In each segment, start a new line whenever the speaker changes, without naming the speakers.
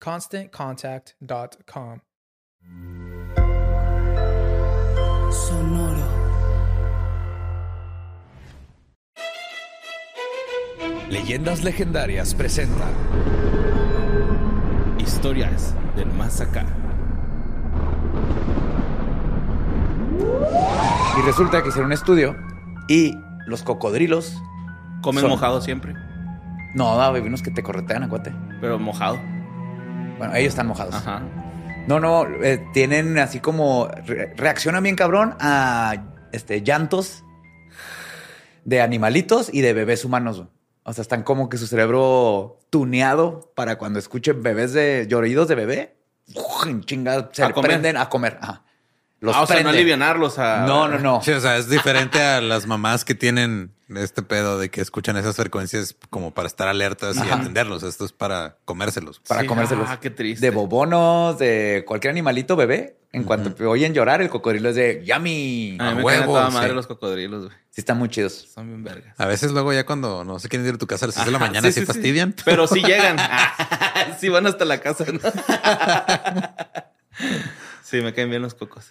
ConstantContact.com.
Sonoro.
Leyendas legendarias presenta Historias del más acá.
Y resulta que hicieron un estudio y los cocodrilos.
Comen
Son-
mojado siempre,
No, da, unos que te corretean, acuate.
pero mojado.
Bueno, ellos están mojados.
Ajá.
No, no, eh, tienen así como. re- reaccionan bien cabrón a este, llantos de animalitos y de bebés humanos. güey. O sea, están como que su cerebro tuneado para cuando escuchen bebés de lloridos de bebé, ¡uf! en chinga, se
A
le
comer.
prenden a comer. Ajá. Los
ah, o sea, no
prenden.
alivianarlos a...
No, no, no.
Sí, o sea, es diferente a las mamás que tienen este pedo de que escuchan esas frecuencias como para estar alertas y atenderlos. Esto es para comérselos.
para
Sí,
comérselos.
ah, qué triste.
De bobonos, de cualquier animalito bebé. En cuanto te oyen llorar, el cocodrilo es de yummy.
A
Ah.
mí me
huevo,
caen a toda
sí.
madre los cocodrilos, güey.
Sí, están muy chidos.
Son bien vergas.
A veces luego ya cuando no se quieren ir a tu casa a las 6 de la
Ajá,
mañana,
sí,
sí,
sí, sí.
fastidian.
Pero sí llegan. Ah, sí van hasta la casa. ¿no? sí, me caen bien los cocos.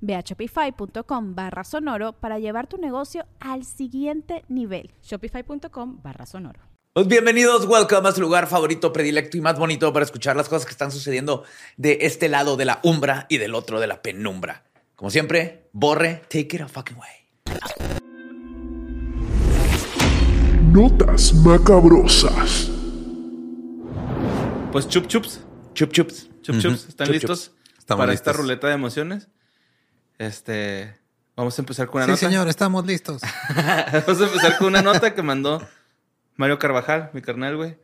Ve a shopify.com barra sonoro para llevar tu negocio al siguiente nivel.
Shopify.com barra sonoro.
Pues bienvenidos, welcome a su lugar favorito, predilecto y más bonito para escuchar las cosas que están sucediendo de este lado de la umbra y del otro de la penumbra. Como siempre, borre, take it a fucking way.
Notas macabrosas.
Pues chup chups.
Chup chups.
Chup chups. ¿Están
Chup
listos
Estamos
para esta
listos.
ruleta de emociones? Este... Vamos a empezar con una
Sí,
nota.
señor, estamos listos.
Vamos a empezar con una nota que mandó Mario Carvajal, mi carnal, güey.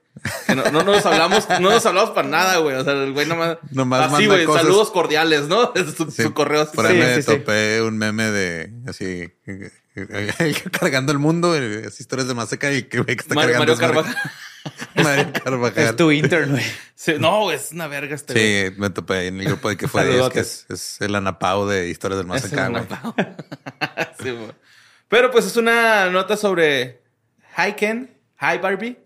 Que No, no nos hablamos, no nos hablamos para nada, güey. O sea, el güey nomás.
Nomás
así,
manda
güey.
cosas.
Saludos cordiales, ¿no? Es su,
Sí,
su correo así.
Por ahí
Sí,
me
sí, sí.
topé un meme de así cargando el mundo, eh, esas historias de Maseca y que, güey, que está
Mario,
cargando.
Mario
su mar-
Carvajal.
Mario Carvajal.
Es tu intern, güey.
Sí, no, güey, es una verga este güey.
Sí, me topé ahí en el grupo de que fue de es, que
Saludotes.
es, es el Anapau de historias del
Es
Maseca,
un
güey.
mapao. Sí, güey. Pero pues es una nota sobre Hi Ken, Hi Barbie,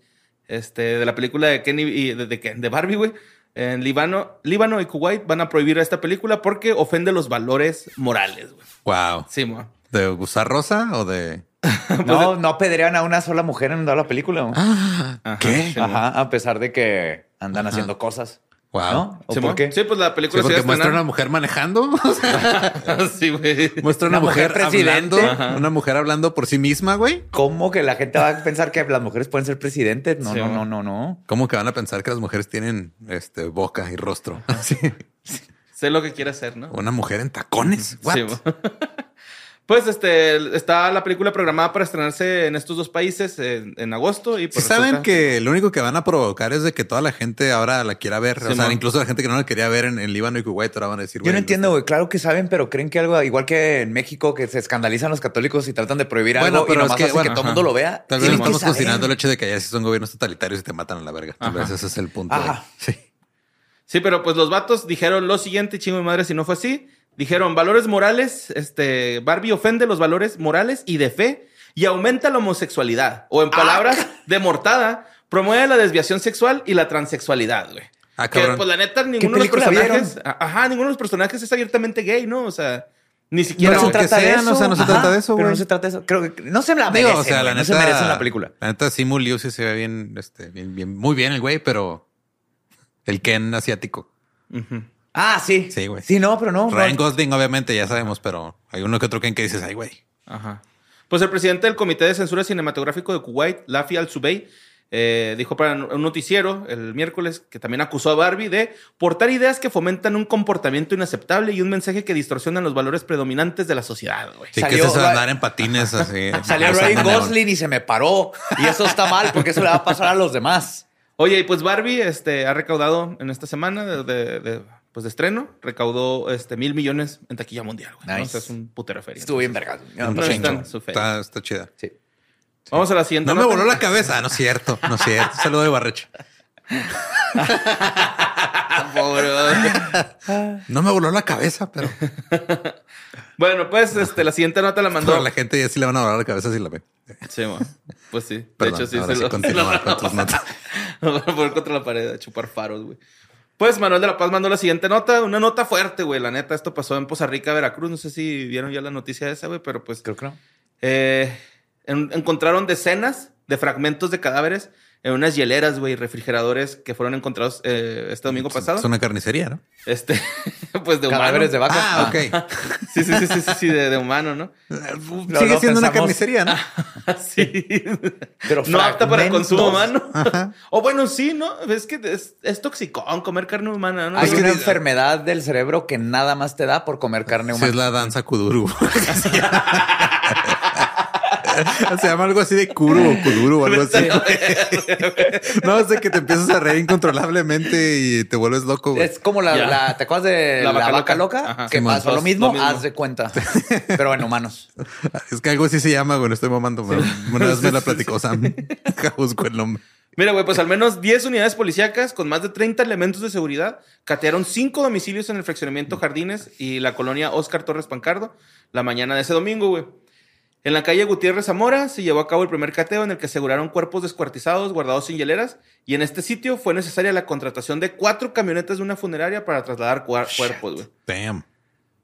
este, de la película de Kenny y de, de Ken- de Barbie, güey. En Líbano, Líbano y Kuwait van a prohibir esta película porque ofende los valores morales, güey.
Wow.
Sí, güey.
¿De Gusar Rosa o de
Pues
No, no apedrean a una sola mujer en toda la película. güey.
Ah,
Ajá,
qué?
sí, güey.
Ajá, a pesar de que andan haciendo cosas.
Wow.
¿No? ¿O
Sí,
por
mo-
qué?
Sí, pues la
Sí,
película se
porque
iba a
muestra una
estrenar-
mujer manejando. O sea,
Sí, güey.
muestra una,
Una mujer
mujer,
presidente.
hablando.
Ajá.
Una mujer hablando por sí misma, güey.
¿Cómo que la gente va a pensar que las mujeres pueden ser presidentes? No,
Sí,
no,
güey.
no, no, no.
¿Cómo que van a pensar que las mujeres tienen este boca y rostro? Sí.
Sé lo que quiere hacer, ¿no?
Una mujer en tacones. What?
Sí, mo- pues este está la película programada para estrenarse en estos dos países en, en agosto y
Si
pues,
saben
resulta-
que lo único que van a provocar es de que toda la gente ahora la quiera ver. o sea,
Simón.
incluso la gente que no la quería ver en, en Líbano y Kuwait ahora van a decir,
Yo
güey,
no entiendo,
está-
güey. Claro que saben, pero creen que algo, igual que en México, que se escandalizan los católicos y tratan de prohibir
Bueno,
algo y
pero es
nomás
que,
hacen
bueno,
que todo el
ajá.
mundo lo vea.
Tal vez
Tienen que
estamos
saber.
cocinando el hecho de que allá sí son gobiernos totalitarios y te matan a la verga. Tal vez
Ajá.
ese es el punto.
Ajá.
güey. Sí.
Sí, pero pues los vatos dijeron lo siguiente, chingo mi madre, si no fue así. Dijeron valores morales, este, Barbie ofende los valores morales y de fe y aumenta la homosexualidad. O en palabras de mortada, promueve la desviación sexual y la transexualidad, güey.
Ah,
que
cabrón.
pues la neta, ninguno de los
película
personajes, a- ajá, ninguno de los personajes es abiertamente gay, ¿no? O sea, ni siquiera.
No se
Pero
güey.
que
trata de
sean,
eso.
o sea, no se trata de eso,
Pero
güey.
no se trata de eso. Creo que no se la
Digo,
merecen.
o sea, la
güey.
neta.
No se merecen la película.
La neta, Simu Liu sí se ve bien, este, bien, bien- muy bien el güey, pero el Ken asiático.
Ujú.
Ah, sí.
Sí, güey.
Sí, no, pero no. no.
Ryan Gosling, obviamente, ya sabemos, pero hay uno que otro Ken que dices, ay, güey.
Ajá. Pues el presidente del Comité de Censura Cinematográfico de Kuwait, Lafi Al-Subey, eh, dijo para un noticiero el miércoles que también acusó a Barbie de portar ideas que fomentan un comportamiento inaceptable y un mensaje que distorsionan los valores predominantes de la sociedad, güey.
Sí,
Salió
que es eso de
Ra-
andar en patines así.
Ah, Salió
Los
Ryan
andan en-
Gosling y se me paró. Y eso está mal porque eso le va a pasar a los demás.
Oye, y pues Barbie este, ha recaudado en esta semana de, de- de- pues de estreno, recaudó este, mil millones en taquilla mundial, güey. ¿no?
Nice.
O sea, es un putero feria.
Estuvo bien vergado.
No,
Chingo.
está en su feria.
Está, está chida.
Sí.
Vamos a la siguiente.
No me
nota.
voló la cabeza. No es cierto. No es cierto. Un Saludo de Barrecha.
Pobre Barbie.
No me voló la cabeza, pero,
bueno, pues este, la siguiente nota la mandó.
pero la gente ya sí le van a volar la cabeza si la ve.
Sí, mo. pues sí. De
Perdón,
hecho, sí,
ahora
se
sí
lo- se
continúa
lo-
con tus notas.
Van a poner contra la pared a chupar faros, güey. Pues Manuel de la Paz mandó la siguiente nota, una nota fuerte, güey. La neta, esto pasó en Poza Rica, Veracruz. No sé si vieron ya la noticia esa, güey, pero pues
Creo que no.
eh, en- encontraron decenas de fragmentos de cadáveres en unas hieleras, güey, y refrigeradores que fueron encontrados eh, este domingo pasado.
Es una carnicería, ¿no?
Este, pues de humano.
Cadáveres de vaca.
Ah, ok.
Sí, sí, sí, sí, sí, sí, de, de humano, ¿no?
no,
Sigue siendo una
pensamos-
carnicería, ¿no?
Sí.
Pero
No apta para el
fragmentos.
consumo humano. O bueno, sí, ¿no? Es que es, es toxicón comer carne humana, ¿no?
Hay
Es que
una
dice-
enfermedad del cerebro que nada más te da por comer carne
Sí,
humana.
es la danza kuduru. Se llama algo así de kuru o kuduru o algo así. No, es de que te empiezas a reír incontrolablemente y te vuelves loco. güey.
Es como la,
Ya.
la- ¿te acuerdas de
La
la,
vaca
vaca
loca.
loca?
Ajá.
Que
Simón.
pasó lo
Pues,
mismo,
lo mismo.
haz de cuenta. Pero en humanos.
Es que algo así se llama, güey. No estoy mamando. pero Una vez me la platicó Sam. Busco el nombre.
Mira, güey, pues al menos 10 unidades policíacas con más de 30 elementos de seguridad catearon 5 domicilios en el fraccionamiento Jardines y la colonia Oscar Torres Pancardo la mañana de ese domingo, güey. En la calle Gutiérrez Zamora se llevó a cabo el primer cateo en el que aseguraron cuerpos descuartizados guardados sin hieleras y en este sitio fue necesaria la contratación de cuatro camionetas de una funeraria para trasladar cuar- cuerpos, güey.
Damn.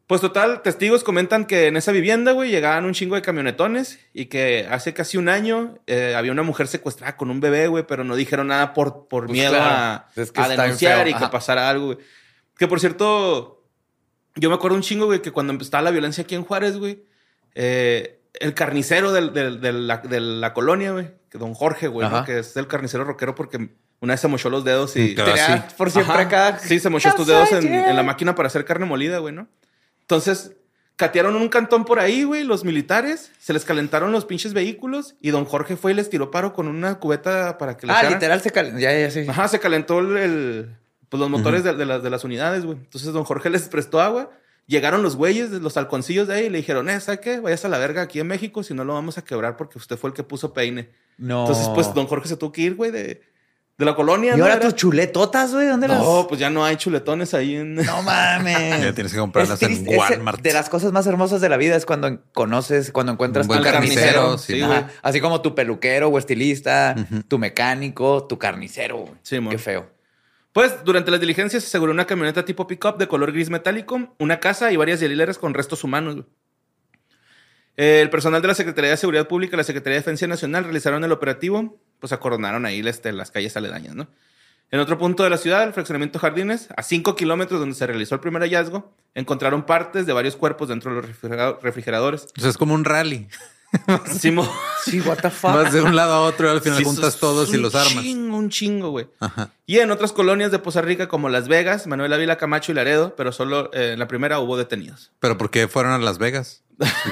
Pues total, testigos comentan que en esa vivienda, güey, llegaban un chingo de camionetones y que hace casi un año eh, había una mujer secuestrada con un bebé, güey, pero no dijeron nada por, por
Pues
miedo
claro,
a,
es que
a
está bien
denunciar
feo,
y que
ajá.
pasara algo, güey. Que por cierto, yo me acuerdo un chingo, güey, que cuando estaba la violencia aquí en Juárez, güey, eh, el carnicero del- del- del- la- de la colonia, güey, que don Jorge, güey, ¿no?
Ajá. Ah,
que es el carnicero rockero porque una vez se mochó los dedos y...
Claro,
Te
sí.
da por siempre
Ajá.
acá.
Sí, se mochó
Yo
tus dedos
soy
en, en la
Jack.
máquina para hacer carne molida, güey, ¿no? Entonces, Catearon un cantón por ahí, güey, los militares. Se les calentaron los pinches vehículos y don Jorge fue y les tiró paro con una cubeta para que le
Ah,
echaran.
literal se cal... Ya, ya, sí.
Ajá, se calentó el, el- pues los motores de, de las, de las unidades, güey. Entonces don Jorge les prestó agua. Llegaron los güeyes, los halconcillos de ahí y le dijeron, eh, ¿sabe qué? Vayas a la verga aquí en México, si no lo vamos a quebrar porque usted fue el que puso peine.
No.
Entonces, pues don Jorge se tuvo que ir, güey, de, de la colonia.
Oh. ¿Y
¿no?
ahora
Era-
tus chuletotas, güey? ¿Dónde las...?
No, pues ya no hay chuletones ahí en...
No mames.
Ya tienes que comprarlas
Es
en
triste, es
Walmart.
de las cosas más hermosas de la vida es cuando conoces, cuando encuentras
Un buen
tu
carnicero, sí,
Ajá.
güey.
Así como tu peluquero o estilista,
Ujú.
tu mecánico, tu carnicero. güey.
Sí, mon.
Qué feo.
Pues durante las diligencias se aseguró una camioneta tipo pickup de color gris metálico, una casa y varias hileras con restos humanos. güey. Eh, El personal de la Secretaría de Seguridad Pública y la Secretaría de Defensa Nacional realizaron el operativo, pues acordonaron ahí este, las calles aledañas, ¿no? En otro punto de la ciudad, el fraccionamiento Jardines, a 5 kilómetros donde se realizó el primer hallazgo, encontraron partes de varios cuerpos dentro de los refrigerado- refrigeradores.
O sea, es como un rally.
Simo-
Sí, what the fuck.
Vas de un lado a otro y al final
Sí,
juntas
es
todos y
un
los armas.
Chingo, un chingo, güey.
Ajá.
Y en otras colonias de Poza Rica como Las Vegas, Manuel Ávila Camacho y Laredo, pero solo eh, en la primera hubo detenidos.
Pero ¿por qué fueron a Las Vegas?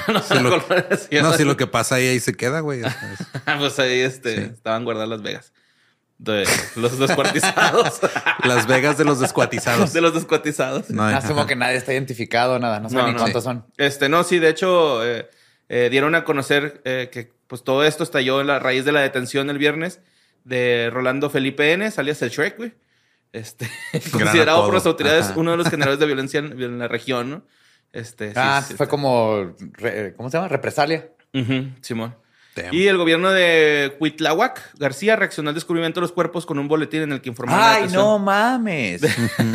no,
Sí, lo-
colonias,
no,
sí,
si lo que pasa ahí, ahí se queda, güey. Es- es-
pues ahí este,
Sí.
estaban guardadas Las Vegas. De los descuartizados.
Las Vegas de los descuatizados.
de los descuartizados.
No,
Asumo Ah, que nadie está identificado, nada. No sé
No,
ni
no,
cuántos
sí.
son.
Este, no, sí, de hecho, eh, eh, dieron a conocer eh, que pues todo esto estalló en la raíz de la detención el viernes de Rolando Felipe N, alias el Shrek, güey. Este, considerado por
apodo.
las autoridades
Ajá.
uno de los generadores de violencia en, en la región, ¿no? Este, sí,
ah,
sí,
fue
está-
como. re- ¿Cómo se llama? Represalia.
Ujú, Simón.
Damn.
Y el gobierno de Cuitláhuac García reaccionó al descubrimiento de los cuerpos con un boletín en el que informaron la
Ay,
detención.
no mames.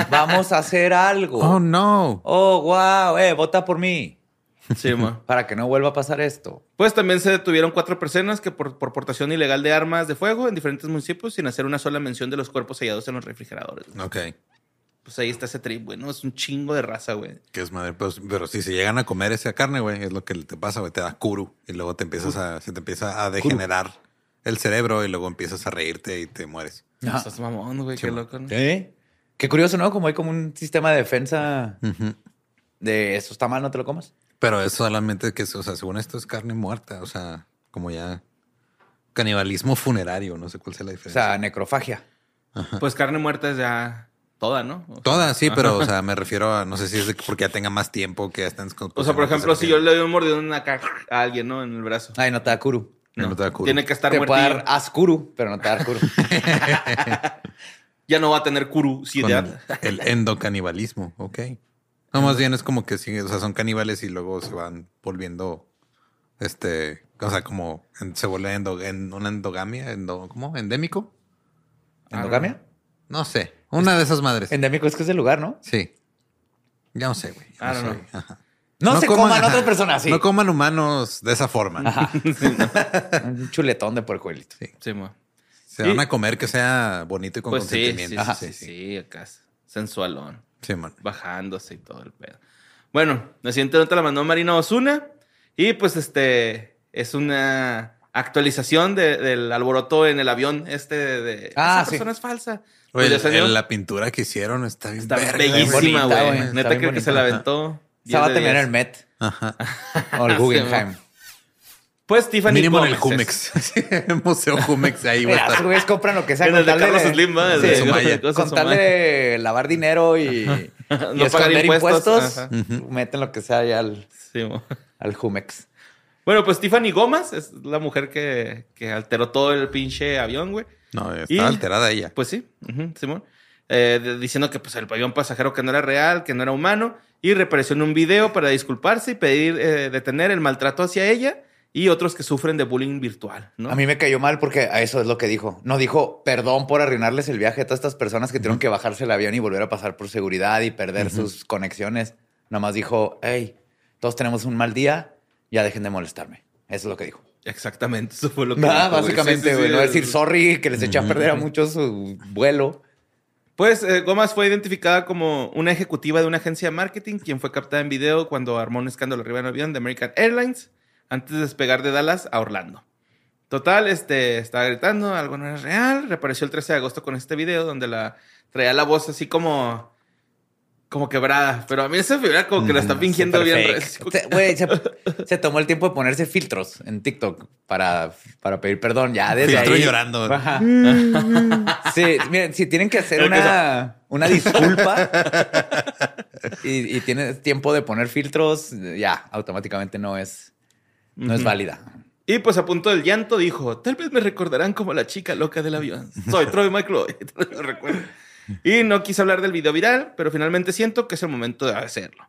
Vamos a hacer algo.
Oh, no.
Oh, wow. Eh, vota por mí.
Simón.
Para que no vuelva a pasar esto.
Pues también se detuvieron cuatro personas que por, por portación ilegal de armas de fuego en diferentes municipios sin hacer una sola mención de los cuerpos hallados en los refrigeradores. güey.
Ok.
Pues ahí está ese trip, güey. No, es un chingo de raza, güey.
Que es madre. Pues, pero si se llegan a comer esa carne, güey, es lo que te pasa, güey. Te da curu y luego te empiezas a, se te empieza a degenerar el cerebro y luego empiezas a reírte y te mueres.
Ajá.
Estás mamón, güey. Qué
Sí,
loco, ¿no?
¿Eh? Qué curioso, ¿no? Como hay como un sistema de defensa
Ujú.
de eso está mal, no te lo comas.
Pero es solamente que, o sea, según esto es carne muerta, o sea, como ya canibalismo funerario, no sé cuál sea la
O
diferencia.
sea, necrofagia.
Pues carne muerta es ya toda, ¿no? O sea,
Todas, sí, pero, o sea, me refiero a, no sé si es de que porque ya tenga más tiempo que ya están...
O sea, por ejemplo, si yo le doy un mordidón en acá a alguien, ¿no? En el brazo.
Ay, no te da curu.
No, no te da culo.
Tiene que estar
te puede dar
muertillo.
ascuru, pero no te da curu.
Ya no va a tener curu, si
Con
de-
el endocanibalismo, ok. No, más bien es como que sí, o sea, son caníbales y luego se van volviendo, este, o sea, como en- se vuelve endo- en una endogamia, endo- ¿cómo? ¿Endémico?
¿Endogamia?
No sé, una de esas madres.
Endémico es que es el lugar, ¿no?
Sí. Ya no sé, güey. ya
I
no
don't
sé,
know.
güey. Ajá.
No, se coman,
ajá,
otras personas, sí.
No coman humanos de esa forma.
un chuletón de puercoelito.
Sí, mo.
Se
Y-
van a comer que sea bonito y con
Pues sí, sí, sí,
consentimiento.
sí, sí, acá. Sensualón.
Sí, man.
bajándose y todo el pedo. Bueno, la siguiente nota la mandó Marina Osuna y pues este es una actualización de- del alboroto en el avión este de, de-
Ah,
esa
sí.
persona es falsa. Pues
Oye,
ya
el-
salió.
el- la pintura que hicieron está bien
Está
verga, güey.
bellísima,
bonita, güey.
güey.
Está
Neta
bien
creo que se la
bonita.
aventó. 10
Se va a
de
terminar
10.
el Met
Ajá.
o el Guggenheim.
Pues Tiffany
Mínimo en el
Gómez es-
Jumex. Sí, el Museo Jumex ahí va a
Mira,
estar.
los güeyes compran lo que sea.
En
con
el de
tal
Carlos Slim, ¿va?
Sí,
De su malla.
con
Cosas
tal de lavar dinero y, y
No pagar
esconder impuestos,
impuestos.
meten lo que sea ahí al,
Sí, mo.
al Jumex.
bueno, pues Tiffany Gómez es la mujer que, que alteró todo el pinche avión, güey.
No, está
Y-
alterada ella.
Pues sí, ujú, Simón. Eh, de- diciendo que pues, el avión pasajero que no era real, que no era humano, y reapareció en un video para disculparse y pedir eh, detener el maltrato hacia ella y otros que sufren de bullying virtual, ¿no?
A mí me cayó mal porque a eso es lo que dijo. No dijo perdón por arruinarles el viaje a todas estas personas que tuvieron que bajarse el avión y volver a pasar por seguridad y perder sus conexiones. Nomás dijo, hey, todos tenemos un mal día, ya dejen de molestarme. Eso es lo que dijo.
Exactamente, eso fue lo que.
Ah,
dijo, güey. Sí,
básicamente,
sí,
güey,
sí,
no
el-
decir sorry, que les eché a perder a muchos su vuelo.
Pues eh, Gómez fue identificada como una ejecutiva de una agencia de marketing, quien fue captada en video cuando armó un escándalo arriba en un avión de American Airlines antes de despegar de Dallas a Orlando. Total, este, estaba gritando, algo no es real. Reapareció el 13 de agosto con este video donde la traía la voz así como como quebrada. Pero a mí esa figura como que la está fingiendo
Mm, Súper
bien.
fake.
recio.
Se- Güey, se, se tomó el tiempo de ponerse filtros en TikTok para, para pedir perdón. Ya desde
Filtro
ahí.
llorando.
Ajá. Sí, miren, si tienen que hacer
El que
una, una disculpa y, y tienes tiempo de poner filtros, ya, automáticamente no es, no es válida.
Y pues a punto del llanto dijo, tal vez me recordarán como la chica loca del avión. Soy Troy McCloy. Lo recuerdo. y no quise hablar del video viral, pero finalmente siento que es el momento de hacerlo.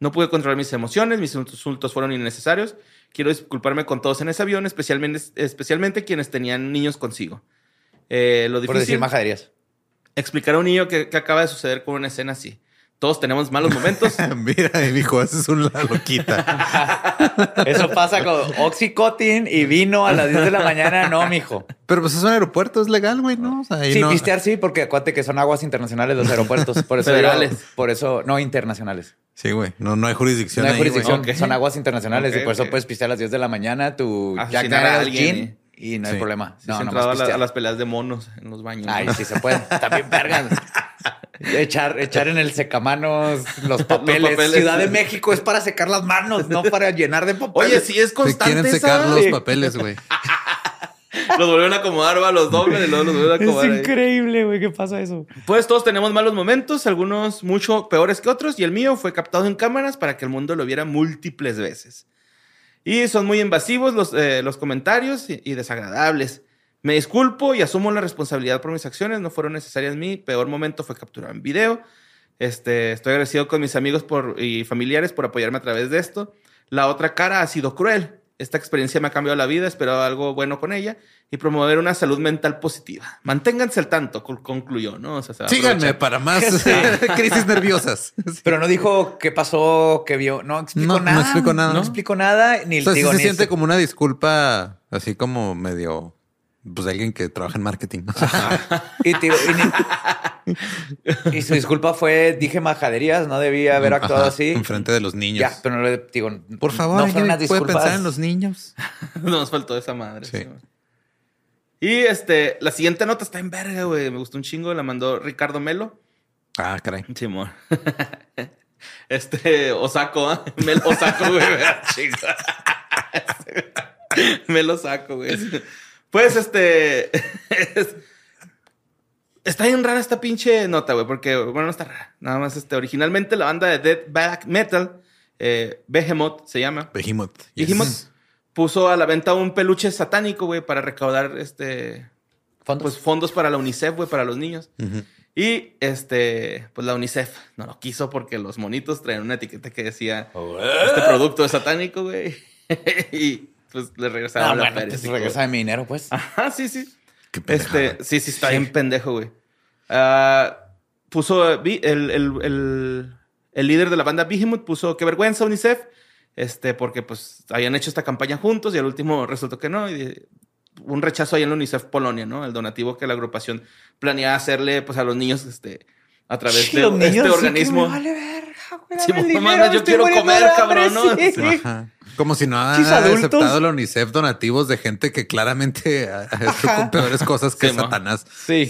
No pude controlar mis emociones, mis insultos fueron innecesarios. Quiero disculparme con todos en ese avión, especialmente, especialmente quienes tenían niños consigo. Eh, lo
Por decir
difícil
majaderías.
explicar a un niño que, que acaba de suceder con una escena así. Todos tenemos malos momentos.
Mira, y dijo, esa es una loquita.
Eso pasa con Oxycotin y vino a las 10 de la mañana. No, mijo.
Pero pues es un aeropuerto, es legal, güey, ¿no? O sea, ahí
Sí,
no-
pistear sí, porque acuérdate que son aguas internacionales los aeropuertos. Por eso,
Federales.
digo- por eso, no, internacionales.
Sí, güey. No, no hay jurisdicción
No hay
ahí, güey.
jurisdicción.
Ok.
Son aguas internacionales
Ok,
y por eso
ok.
puedes pistear a las 10 de la mañana tu Jack
Asesinar a
Daniel's
alguien,
gin y no hay
Sí.
problema.
Sí,
No,
se ha
nomás
entrado a, la-
pistear.
a las peleas de monos en los baños.
Ay, sí se puede. También vergas. Echar, echar en el secamanos los papeles.
papeles.
Ciudad de México es para secar las manos, no para llenar de papeles.
Oye, si es
Se
constante
quieren
esa-
secar los papeles, güey.
Los volvieron a acomodar, va, los dobles, y luego los volvieron a acomodar. ahí.
increíble, güey, que pasa eso.
Pues todos tenemos malos momentos, algunos mucho peores que otros, y el mío fue captado en cámaras para que el mundo lo viera múltiples veces. Y son muy invasivos los, eh, los comentarios y, y desagradables. Me disculpo y asumo la responsabilidad por mis acciones, no fueron necesarias. Mi peor momento fue capturado en video. Este, estoy agradecido con mis amigos por, y familiares por apoyarme a través de esto. La otra cara ha sido cruel. Esta experiencia me ha cambiado la vida, espero algo bueno con ella y promover una salud mental positiva. Manténganse al tanto, cul- concluyó, ¿no? O sea, se va a
Síganme
aprovechar.
para más crisis nerviosas. Sí.
Pero no dijo qué pasó, qué vio. No explicó
No, no
nada.
explicó nada.
No
No.
explicó nada. Ni
O sea, sí
digo,
se
ni este-
siente
se-
como una disculpa, así como medio, pues de alguien que trabaja en marketing. O sea,
Y, te- y ni- y su disculpa fue, dije majaderías, no debía haber actuado
ajá,
así.
Enfrente de los niños.
Ya, pero no le digo.
Por favor,
no fueron
alguien
unas
puede
disculpas.
pensar en los niños.
Nos faltó esa madre.
Sí.
sí, güey. Y este, la siguiente nota está en verga, güey. Me gustó un chingo. La mandó Ricardo Melo.
Ah, caray.
Simón. Este, Osako, ¿ah? Mel Osako, güey. vea, chingo. Mel Osako, güey. Pues este. es- está bien rara esta pinche nota, güey, porque, bueno, no está rara. Nada más, este, originalmente la banda de Dead Black Metal, eh, Behemoth se llama.
Behemoth. Yes.
Dijimos, puso a la venta un peluche satánico, güey, para recaudar este,
Fondos.
pues, fondos para la UNICEF, güey, para los niños.
Ujú.
Y este, pues la UNICEF no lo quiso porque los monitos traían una etiqueta que decía
Pues,
este producto es satánico, güey. y pues le regresaron
Ah,
la
bueno,
feria,
pues
así
regresa
como-
de mi dinero, pues.
Ajá, sí, sí.
Qué pendejada.
Este, sí, sí, está bien pendejo, güey. Ah, puso vi- el, el, el- el líder de la banda Behemoth puso qué vergüenza, UNICEF. Este, porque pues habían hecho esta campaña juntos y al último resultó que no. Y de- un rechazo ahí en la UNICEF Polonia, ¿no? El donativo que la agrupación planeaba hacerle pues a los niños, este, a través de
Los niños sí
este
que
organismo.
me vale verga, güey,
Sí,
dame el
mamá,
dinero,
yo
estoy
quiero
muriendo
comer,
de
cabrón,
hambre,
¿no?
sí.
Ajá. Como si no ha
Chis adultos.
aceptado la UNICEF donativos de gente que claramente ha ha hecho peores cosas que
Sí, ma.
Satanás.
Sí.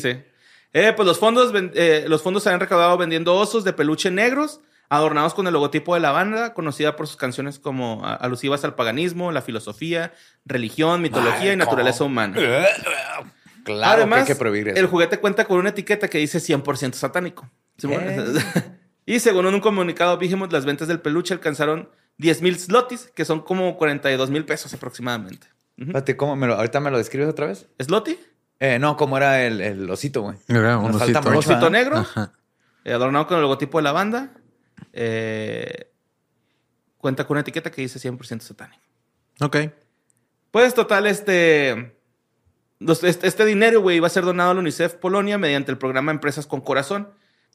Eh, pues los fondos, ven- eh, los fondos se han recaudado vendiendo osos de peluche negros adornados con el logotipo de la banda, conocida por sus canciones como a- alusivas al paganismo, la filosofía, religión, mitología y
Ay,
naturaleza
¿cómo?
humana.
Claro
Además,
que hay que prohibir eso.
el juguete cuenta con una etiqueta que dice 100% satánico. ¿Sí, bueno? y según un comunicado, Behemoth, las ventas del peluche alcanzaron 10 mil slotis, que son como 42 mil pesos aproximadamente. Ujú.
Espérate, ¿cómo me lo- ahorita me lo describes otra vez.
¿Slotty?
Eh, no, ¿cómo era el, el osito, güey?
Era
Nos
un
falta
osito.
mucho,
Osito
¿ah?
negro.
Ajá.
eh, adornado con el logotipo de la banda. eh, cuenta con una etiqueta que dice 100% satánico.
Ok.
Pues total, este, los- este, este dinero, güey, iba a ser donado a la UNICEF Polonia mediante el programa Empresas con Corazón.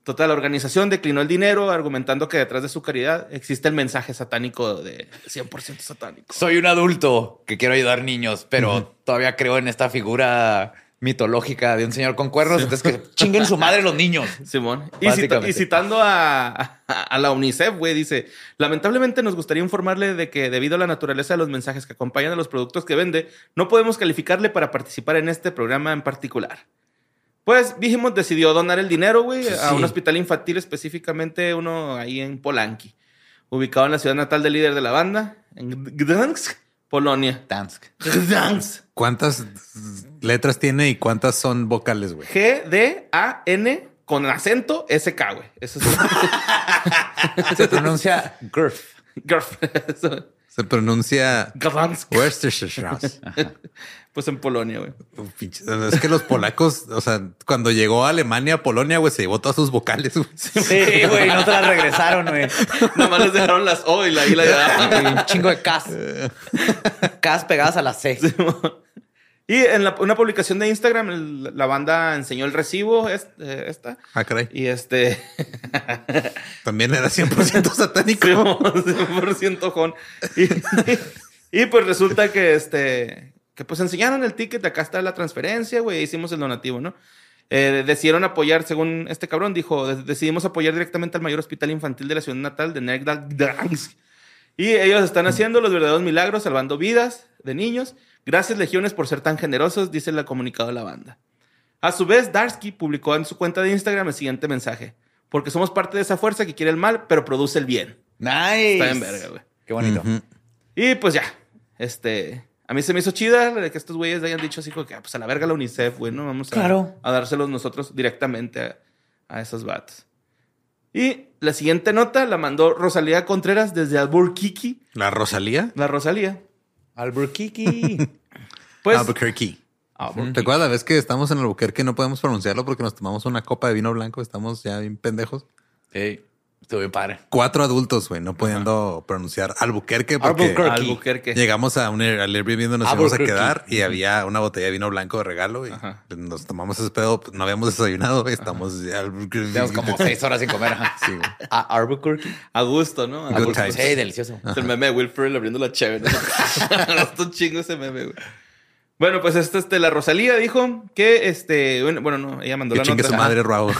Total, la organización declinó el dinero argumentando que detrás de su caridad existe el mensaje satánico de 100% satánico.
Soy un adulto que quiero ayudar niños, pero todavía creo en esta figura mitológica de un señor con cuernos. Entonces, que chinguen su madre los niños.
Simón. Y, cita-
Básicamente.
y citando a, a- a la UNICEF, güey, dice, lamentablemente nos gustaría informarle de que debido a la naturaleza de los mensajes que acompañan a los productos que vende, no podemos calificarle para participar en este programa en particular. Pues Vigimot decidió donar el dinero, güey, a un
Sí.
hospital infantil, específicamente uno ahí en Polanki, ubicado en la ciudad natal del líder de la banda, en Gdansk, Polonia.
Dansk.
Gdansk.
¿Cuántas letras tiene y cuántas son vocales, güey?
G-D-A-N con acento SK, güey. Eso es
Se pronuncia GURF.
Grf. Eso.
Se pronuncia
Gdansk.
Worcestershire.
Pues en Polonia, güey.
Oh, pinche- Es que los polacos, o sea, cuando llegó a Alemania, a Polonia, güey, se llevó todas sus vocales. güey.
Sí, güey, no te la regresaron, güey.
Nada más les dejaron las O y la I la
Y un chingo de cas. Cas pegadas a la C.
Y en la- una publicación de Instagram, el- la banda enseñó el recibo, es- eh, esta,
Ah, caray.
y este,
También era 100% satánico.
como 100% jón. Y, y, pues resulta que este, que pues enseñaron el ticket, acá está la transferencia, güey, hicimos el donativo, ¿no? Eh, decidieron apoyar, según este cabrón, dijo, "de- decidimos apoyar directamente al mayor hospital infantil de la ciudad natal de Nergdansk. Y ellos están haciendo los verdaderos milagros, salvando vidas de niños. Gracias, legiones, por ser tan generosos, dice el comunicado de la banda. A su vez, Darsky publicó en su cuenta de Instagram el siguiente mensaje. Porque somos parte de esa fuerza que quiere el mal, pero produce el bien.
Nice.
Está bien verga, güey.
Qué bonito.
Ujú.
Y pues ya, este... A mí se me hizo chida la de que estos güeyes hayan dicho así como que, ah, pues a la verga la UNICEF, güey, ¿no? Vamos a,
Claro.
a dárselos nosotros directamente a, a esos vatos. Y la siguiente nota la mandó Rosalía Contreras desde Albuquerque.
La Rosalía.
La Rosalía.
Albuquerque.
Pues...
Albuquerque.
Albuquerque.
¿Te acuerdas la vez que estamos en Albuquerque y no podemos pronunciarlo porque nos tomamos una copa de vino blanco? Estamos ya bien pendejos.
Sí, estuve padre.
Cuatro adultos, güey, no pudiendo pronunciar Albuquerque porque
Albuquerque.
Albuquerque.
llegamos a un al Airbnb donde nos íbamos a
Albuquerque.
quedar y había una botella de vino blanco de regalo y
Ajá.
nos tomamos ese pedo. pues, No habíamos desayunado, güey. Estamos ya-
Tenemos como seis horas sin comer. ajá.
Sí, güey.
A Albuquerque.
A gusto, ¿no? A
Good
gusto.
times.
Sí, delicioso.
Es el meme de Will Ferrell abriendo la chévere. ¿no? Está chingo ese meme, güey. Bueno, pues esta, este, la Rosalía dijo que, este, bueno, bueno, no, ella mandó
Que
la
chingue
nota.
su madre, Raúl.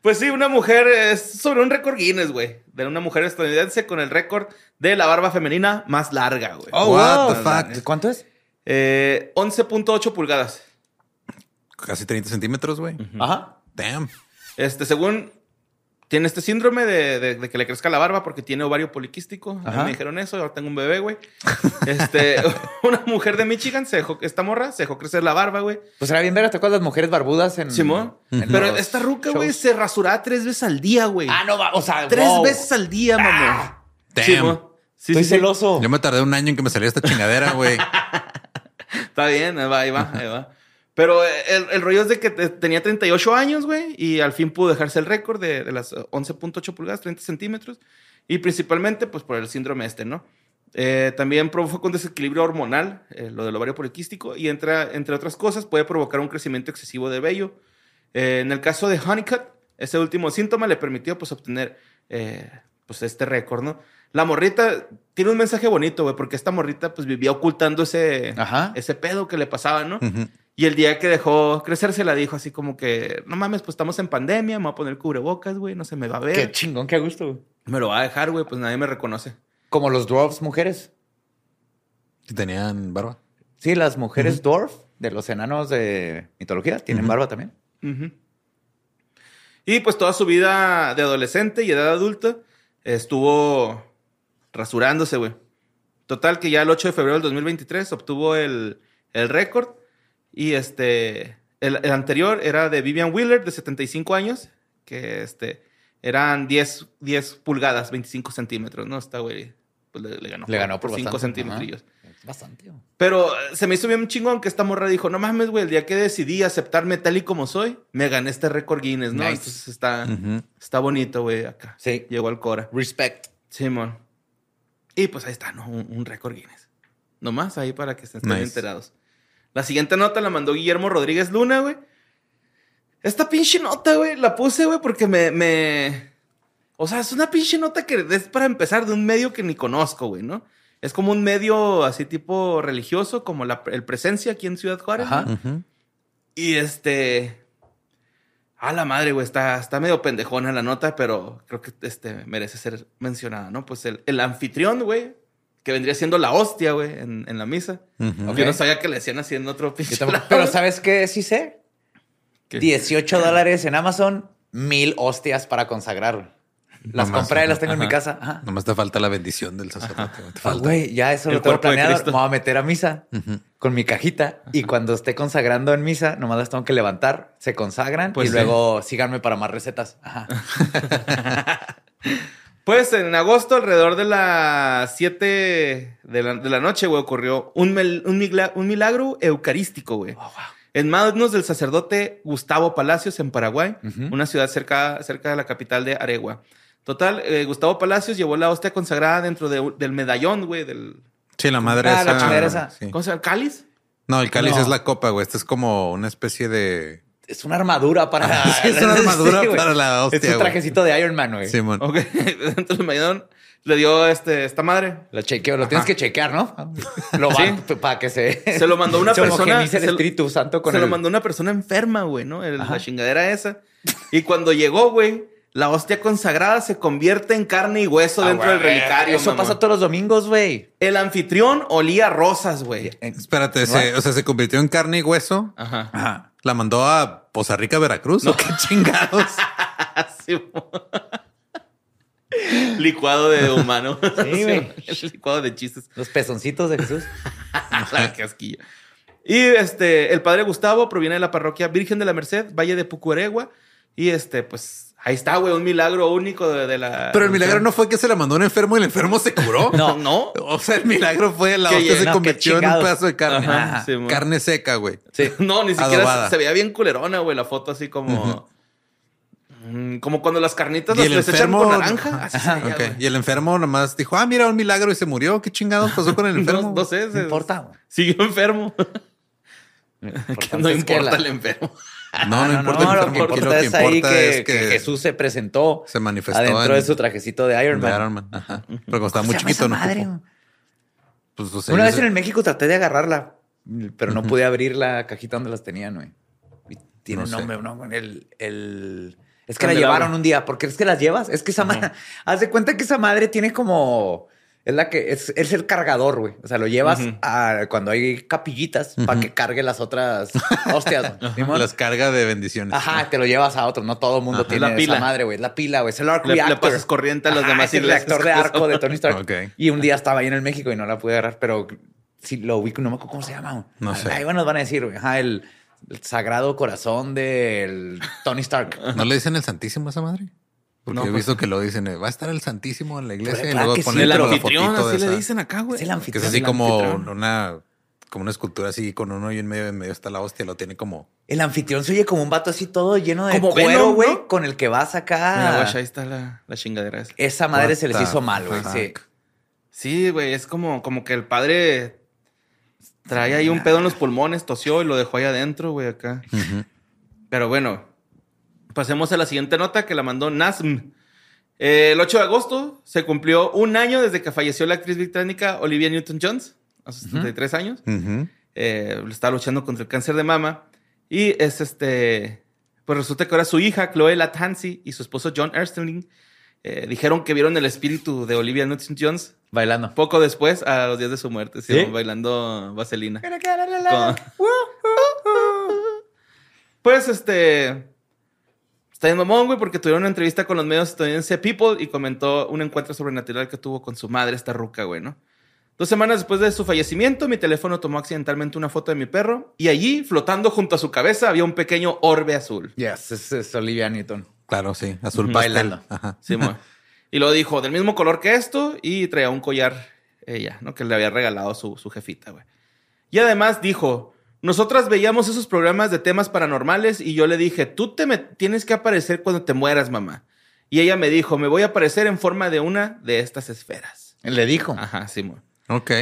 Pues sí, una mujer es sobre un récord Guinness, güey. De una mujer estadounidense con el récord de la barba femenina más larga, güey.
Oh, What the fuck?
Pues, ¿Cuánto es?
Eh, 11.8 pulgadas.
Casi 30 centímetros, güey.
Ajá.
Damn.
Este, según tiene este síndrome de, de- de que le crezca la barba porque tiene ovario poliquístico. A mí
Ajá.
me dijeron eso, ahora tengo un bebé, güey. Este, una mujer de Michigan se dejó, esta morra se dejó crecer la barba, güey.
Pues era bien ver hasta cuáles las mujeres barbudas en.
Simón.
en
Pero
los
esta ruca,
shows.
güey, se rasuraba tres veces al día, güey.
Ah, no, va, o sea,
Tres
wow.
veces al día, mamá.
Damn.
Simón. Sí,
Ah, Estoy
sí, sí.
celoso.
Yo me tardé un año en que me saliera esta chingadera, güey.
Está bien, ahí va, ahí va, ahí va. Pero eh, el, el rollo es de que te- tenía 38 años, güey, y al fin pudo dejarse el récord de, de las eh, 11.8 pulgadas, 30 centímetros, y principalmente pues por el síndrome este, ¿no? Eh, también provoca un desequilibrio hormonal, eh, lo del ovario poliquístico, y entra, entre otras cosas puede provocar un crecimiento excesivo de vello. Eh, en el caso de Honeycutt, ese último síntoma le permitió pues obtener eh, pues este récord, ¿no? La morrita tiene un mensaje bonito, güey, porque esta morrita pues vivía ocultando ese,
Ajá.
ese pedo que le pasaba, ¿no?
Ujú.
Y el día que dejó crecer se la dijo así como que, no mames, pues estamos en pandemia, me voy a poner cubrebocas, güey, no se me va a ver.
Qué chingón, qué gusto. güey.
me lo va a dejar, güey, pues nadie me reconoce.
Como los dwarfs mujeres.
Que Tenían barba.
Sí, las mujeres dwarf de los enanos de mitología tienen barba también.
Ujú. Y pues toda su vida de adolescente y edad adulta estuvo rasurándose, güey. Total que ya el 8 de febrero del 2023 obtuvo el, el récord y este, el, el anterior era de Vivian Wheeler de 75 años, que este, eran 10, 10 pulgadas, 25 centímetros, ¿no? Está, güey, pues le, ganó.
Le ganó por,
5
bastante.
centímetros.
Ajá. Bastante. güey.
Pero eh, se me hizo bien chingón que esta morra dijo, no mames, güey, el día que decidí aceptarme tal y como soy, me gané este récord Guinness, ¿no?
Nice.
Entonces está,
Ujú.
está bonito, güey, acá.
Sí.
Llegó al Cora.
Respect.
Simón. Y pues ahí está, ¿no? Un, un récord Guinness. Nomás ahí para que se estén
Nice.
enterados. La siguiente nota la mandó Guillermo Rodríguez Luna, güey. Esta pinche nota, güey, la puse, güey, porque me, me... O sea, es una pinche nota que es para empezar de un medio que ni conozco, güey, ¿no? Es como un medio así tipo religioso, como la, el Presencia aquí en Ciudad Juárez.
Ajá.
¿no?
Ujú.
Y este. A la madre, güey, está, está medio pendejona la nota, pero creo que este merece ser mencionada, ¿no? Pues el, el anfitrión, güey, que vendría siendo la hostia, güey, en, en la misa.
Ujú.
Ok.
Yo no sabía que le hacían así en otro pinche.
Yo tampoco-
lado,
pero
güey.
¿sabes qué sí sé?
¿Qué?
18 dólares en Amazon, mil hostias para consagrar. Las
Nomás,
compré, las tengo en
ajá.
mi casa. Ajá.
Nomás te falta la bendición del sacerdote. güey, Te
Ah,
falta.
güey, ya eso
El
lo tengo
cuerpo de
planeado.
Cristo.
Me voy a meter a misa
Ujú.
con mi cajita y cuando esté consagrando en misa, nomás las tengo que levantar, se consagran
Pues
y
sí.
luego síganme para más recetas. Ajá.
Pues en agosto, alrededor de las 7 de la, de la noche, güey, ocurrió un, mel- un, migla- un milagro eucarístico, güey. En manos del sacerdote Gustavo Palacios, en Paraguay,
Ujú.
una ciudad cerca, cerca de la capital de Aregua. Total, eh, Gustavo Palacios llevó la hostia consagrada dentro de- del medallón, güey, del...
Sí, la madre
Ah, la
esa.
chingadera esa.
sí.
¿Cómo se llama? ¿Cáliz?
No, el cáliz
No.
es la copa, güey. Este es como una especie de.
Es una armadura para.
Sí, es una armadura
güey.
para la hostia,
Es un
güey.
trajecito de Iron Man, güey.
Simón.
Ok, dentro del medallón le dio este, esta madre.
Lo chequeo, lo tienes que chequear, ¿no? Lo va pues, para que se.
Se lo mandó una
se
persona-
homogenice el
se lo-
Espíritu Santo con
Se
el.
lo mandó una persona enferma, güey, ¿no? El-
Ajá.
la chingadera esa. Y cuando llegó, güey, la hostia consagrada se convierte en carne y hueso
Ah,
dentro
güey,
del relicario.
Eso
mamón.
pasa todos los domingos, güey.
El anfitrión olía a rosas, güey.
Eh,
Espérate, se- o sea, se convirtió en carne y hueso.
Ajá.
Ajá. La mandó a Poza Rica, Veracruz. ¿O qué chingados?
Así, mo- Licuado de humano.
Sí, güey.
El Licuado de chistes. Ah,
Los pezoncitos de Jesús.
La casquilla. Y este, el padre Gustavo proviene de la parroquia Virgen de la Merced, Valle de Pucuregua. Y este, pues ahí está, güey, un milagro único de, de la.
Pero el milagro no fue que se la mandó un enfermo y el enfermo se curó.
No, no.
O sea, el milagro fue la
Que
hostia
llenó,
se
que
convirtió en un
chingados.
pedazo de carne.
Ajá,
Ajá.
Simón.
carne seca, güey.
Sí.
No, ni siquiera
Adobada.
se, se veía bien culerona, güey, la foto así como. Mm, Como cuando las carnitas
Y
las,
el
les echan con
enfermo-
naranja. Así se
Ah,
veía,
Ok.
güey.
Y el enfermo nomás dijo, ah, mira, un milagro y se murió. ¿Qué chingados pasó con el enfermo?
No, no sé,
No
se-
importa, güey.
Siguió enfermo. Que no
Importante es que
importa
la-
el enfermo.
No, no,
No,
importa.
no,
el
lo que
enfermo. Aquí
importa es ahí que, que Jesús se presentó
se
pues,
manifestó
adentro
en-
de su trajecito de Iron
de
Man.
Iron Man. Ajá. Pero como estaba
¿Cómo
muy
se llama esa
chiquito, ¿no?
madre,
ocupó.
güey?
Pues, o sea,
Una
yo
vez
sé-
en el México traté de agarrarla, pero no pude abrir la cajita donde las tenían, güey. Y Tiene
No
un
sé.
nombre, ¿no? Con El, el... Es que la
Candelabro.
llevaron un día. ¿Por qué es que las llevas? Es que esa madre... Haz de cuenta que esa madre tiene como... Es la que... Es, es el cargador, güey. O sea, lo llevas
Ujú.
a cuando hay capillitas para que cargue las otras hostias. güey. Simón.
Las carga de bendiciones.
Ajá, te lo llevas a otro. No todo el mundo
Ajá.
tiene
La
la
pila.
esa madre, güey. Es la pila, güey. Es el arc
Le- le
reactor.
pasas corriente a las
Ajá,
demás
es el
iglesias
reactor de
que
arco
son-
de Tony Stark.
Ok.
Y un día estaba ahí en el México y no la pude agarrar, pero sí lo ubico, no me acuerdo cómo se llama. güey.
No sé.
Ahí nos van a decir, güey. Ajá, el, el sagrado corazón del Tony Stark.
¿No le dicen el Santísimo a esa madre? Porque
No,
he
pues-
visto que lo dicen, eh, va a estar el Santísimo en la iglesia y
claro
luego
Pues, que sí.
ponen
El
la
como la
anfitrión,
fotito de
así le
esa-
dicen acá, güey.
Es el
Que
anfitrión.
es así
el
como
anfitrión.
una, como una escultura así con uno y en medio, en medio está la hostia, lo tiene como.
El anfitrión se oye como un vato así todo lleno de
Como
cuero,
Venom,
güey,
¿no?
con el que vas
Mira,
acá.
guacha, ahí está la, la chingadera esa.
Esa madre
What
se les
the
hizo mal, güey.
fuck.
Sí.
Sí, güey, es como, como que el padre trae ahí un pedo en los pulmones, tosió y lo dejó ahí adentro, güey, acá.
Ujú.
Pero bueno, pasemos a la siguiente nota que la mandó Nasm. Eh, el 8 de agosto se cumplió un año desde que falleció la actriz británica Olivia Newton-John, a sus 73 años.
Ujú.
Eh, está luchando contra el cáncer de mama. Y es este. Pues resulta que ahora su hija, Chloe Latanzi, y su esposo John Erstling eh, dijeron que vieron el espíritu de Olivia Newton-John
Bailando.
poco después, a los días de su muerte, sí,
¿Sí?
bailando vaselina. Con- Pues este. Está en mamón, güey, porque tuvieron una entrevista con los medios estadounidenses People y comentó un encuentro sobrenatural que tuvo con su madre, esta ruca, güey, ¿no? Dos semanas después de su fallecimiento, mi teléfono tomó accidentalmente una foto de mi perro y allí, flotando junto a su cabeza, había un pequeño orbe azul.
Yes, es, es Olivia Newton.
Claro, sí. Azul
Ujú.
pastel.
Bailando.
Ajá.
Sí, mo. y lo dijo, del mismo color que esto, y traía un collar ella, ¿no? Que le había regalado su, su jefita, güey. Y además dijo, nosotras veíamos esos programas de temas paranormales y yo le dije, tú te me tienes que aparecer cuando te mueras, mamá. Y ella me dijo, me voy a aparecer en forma de una de estas esferas.
Le dijo.
Ajá, Simón.
Ok.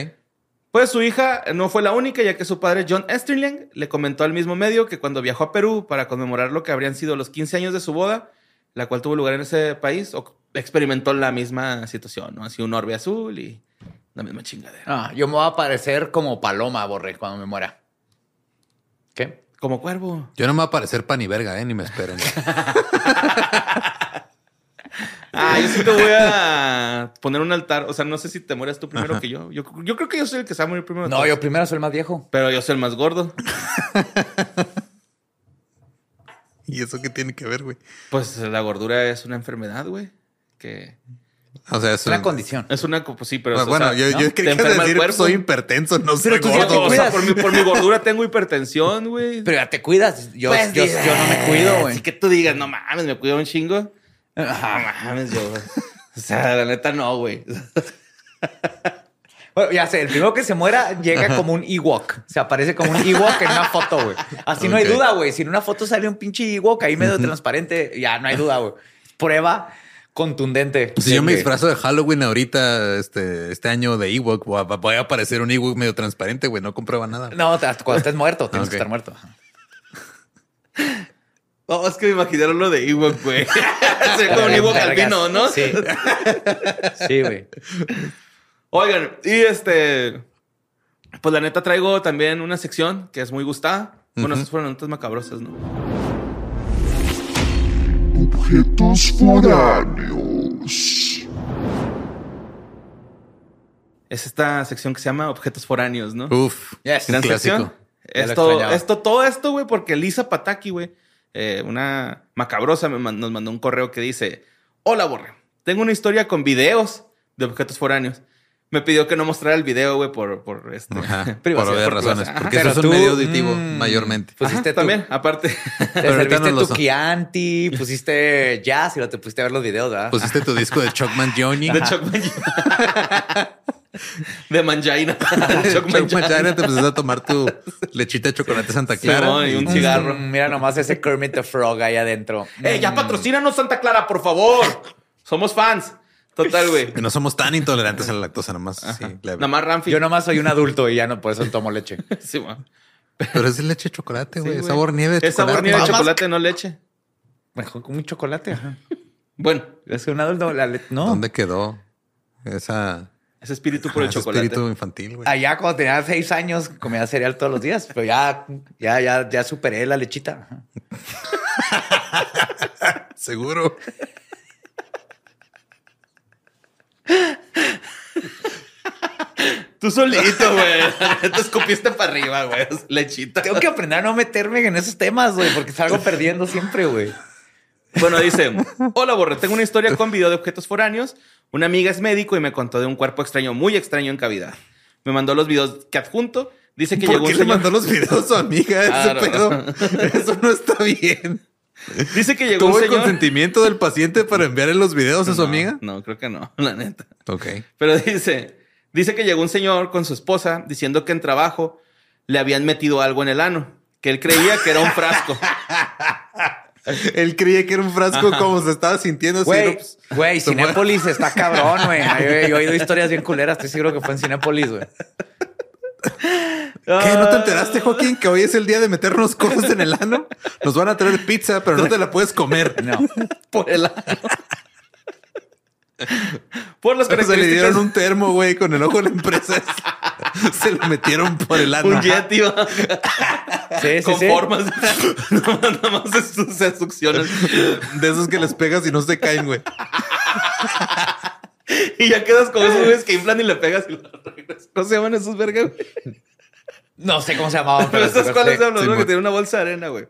Pues su hija no fue la única, ya que su padre John Esterling le comentó al mismo medio que cuando viajó a Perú para conmemorar lo que habrían sido los 15 años de su boda, la cual tuvo lugar en ese país, o- experimentó la misma situación, ¿no? Así un orbe azul y la misma chingadera.
Ah, yo me voy a aparecer como paloma, Borre, cuando me muera. ¿Qué?
Como cuervo.
Yo no me voy a parecer pan y verga, eh, ni me esperen.
Ah, yo sí te voy a poner un altar. O sea, no sé si te mueras tú primero que yo. yo. yo creo que yo soy el que se va a morir primero. de
No,
todos.
yo primero soy el más viejo.
Pero yo soy el más gordo.
¿Y eso qué tiene que ver, güey?
Pues la gordura es una enfermedad, güey. Que
O sea, es
Es una
un-
condición.
es una. co- Pues sí, pero.
Ah,
o sea,
bueno, yo, yo
¿no? Te
quería
enferma el
decir que
cuerpo.
soy hipertenso, no soy
Pero tú ya te
gordo.
O sea,
cuidas.
por mi, por mi gordura tengo hipertensión, güey.
Pero ya te cuidas. Yo, yo, yo no me cuido, güey.
Pues Así que tú digas, no mames, me cuido un chingo. No
Ajá.
mames, yo. O sea, la neta no, güey.
Bueno, ya sé, el primero que se muera llega como un Ewok. Se aparece como un Ewok en una foto, güey. Así no hay
Ok.
duda, güey. Si en una foto sale un pinche Ewok ahí medio transparente, ya no hay duda, güey. Prueba contundente.
Pues Si
de
yo me
que-
disfrazo de Halloween ahorita, este, este año de Ewok, voy a, voy a aparecer un Ewok medio transparente, güey. No comprueba nada.
No, te- cuando estés muerto, tienes
Ok.
que estar muerto.
Oh, es que me imaginaron lo de Ewok, güey. Se ve como un Ewok
Vergas.
albino, ¿no?
Sí. Sí, güey.
Oigan, y este. Pues la neta traigo también una sección que es muy gustada. Bueno, esas fueron notas macabrosas, ¿no?
Objetos foráneos.
Es esta sección que se llama Objetos Foráneos, ¿no?
Uf,
Yes.
gran clásico.
sección.
Ya lo
Esto,
extrañaba.
esto, todo esto, güey, porque Lisa Pataki, güey, eh, una macabrosa, me man- nos mandó un correo que dice: Hola, Borre, tengo una historia con videos de objetos foráneos. Me pidió que no mostrara el video, güey, por, por este.
Ajá, por
privacidad,
obvias
por
razones,
privacidad.
porque
Pero
eso es un
tú,
medio auditivo
mm,
mayormente.
Pues-
Ajá,
pusiste tú.
también, aparte.
Te
Pero ahorita
serviste
no lo
tu
son.
Chianti, pusiste jazz y lo te pusiste a ver los videos, ¿verdad?
Pusiste tu disco de Chuckman Johnny.
ah. De Chuck Mangiana. de Manjaina. De Chuck
Chuck
Mangiana.
Mangiana te empezaste a tomar tu lechita de chocolate Santa Clara.
Simón, y un
Mm.
cigarro.
Mm, Mira nomás ese Kermit the Frog ahí adentro. Mm.
¡Eh, ya patrocínanos, Santa Clara, por favor! Somos fans. Total, güey.
Que no somos tan intolerantes a la lactosa, nomás. Sí, leve.
Nada más Ramfi.
Yo nomás soy un adulto y ya no por eso tomo leche.
Sí, güey.
Pero es de leche de chocolate,
Sí,
güey.
güey.
sabor nieve. de
Es sabor
chocolate.
nieve de
Mamás.
chocolate, no leche.
Mejor como un chocolate. ajá.
Bueno,
Es que un adulto, la le- no.
¿Dónde quedó esa
ese espíritu por el
ese
chocolate.
Ah, espíritu infantil, güey?
Allá cuando tenía seis años comía cereal todos los días, pero ya, ya, ya, ya superé la lechita. Ajá.
Seguro.
Tú solito, güey. Te escupiste para arriba, güey. Lechita.
Tengo que aprender a no meterme en esos temas, güey, porque salgo perdiendo siempre, güey.
Bueno, dice, hola Borre, tengo una historia con video de objetos foráneos. Una amiga es médico y me contó de un cuerpo extraño, muy extraño en cavidad. Me mandó los videos que adjunto. Dice que
¿Por
llegó,
qué
un
le
señor,
mandó los videos a su amiga?
Claro.
Ese pedo. Eso no está bien.
dice que llegó un
¿Tuvo el
señor.
consentimiento del paciente para enviarle los videos a su
No,
amiga?
No, creo que no, la neta.
Ok.
Pero dice, dice que llegó un señor con su esposa diciendo que en trabajo le habían metido algo en el ano, que él creía que era un frasco.
Él creía que era un frasco como se estaba sintiendo. así,
Güey,
no, pues,
güey,
se mueve.
Cinépolis está cabrón, güey. Yo, yo he oído historias bien culeras, estoy seguro que fue en Cinépolis, güey.
¿Qué? ¿No
Ah.
te enteraste, Joaquín, que hoy es el día de meternos cosas en el ano? Nos van a traer pizza, pero no te la puedes comer.
No.
por el ano. Por las
Pero se le
características.
dieron un termo, güey, con el ojo de la empresa. se lo metieron por el ano.
un yeti, va.
Sí, sí,
con
sí.
formas. Nada más se su- se succionan.
De esos que les pegas y no se caen, güey.
Y ya quedas con esos güeyes que inflan y le pegas y los regresas. ¿Cómo se llaman esos verga, güey?
No sé cómo se llamaba,
Pero
pero,
esas
sí.
cuáles se hablan,
sí,
¿no? Que
mo-
tienen una bolsa de arena, güey.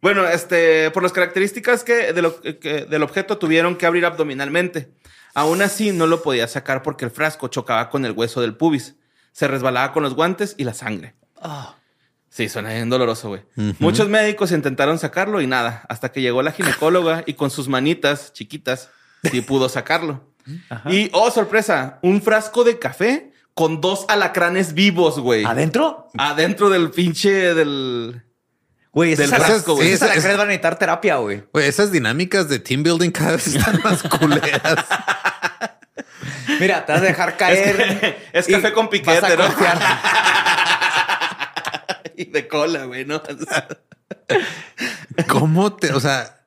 Bueno, este, por las características que, de lo- que del objeto tuvieron que abrir abdominalmente. Aún así, no lo podía sacar porque el frasco chocaba con el hueso del pubis. Se resbalaba con los guantes y la sangre.
Ah.
Sí, suena bien doloroso, güey. Muchos médicos intentaron sacarlo y nada, hasta que llegó la ginecóloga y con sus manitas chiquitas sí pudo sacarlo. Y, oh, sorpresa, un frasco de café con dos alacranes vivos, güey.
¿Adentro?
Adentro del pinche del...
Güey,
Del
esas
frasco,
alacranes
güey.
esas alacranes van a necesitar terapia, güey.
Güey, esas dinámicas de team building cada vez están más culeras.
Mira, te vas a dejar caer.
Es
y
café con
vas
piquete,
a
¿no?
confiar.
Y de cola, güey, ¿no?
¿Cómo te, o sea,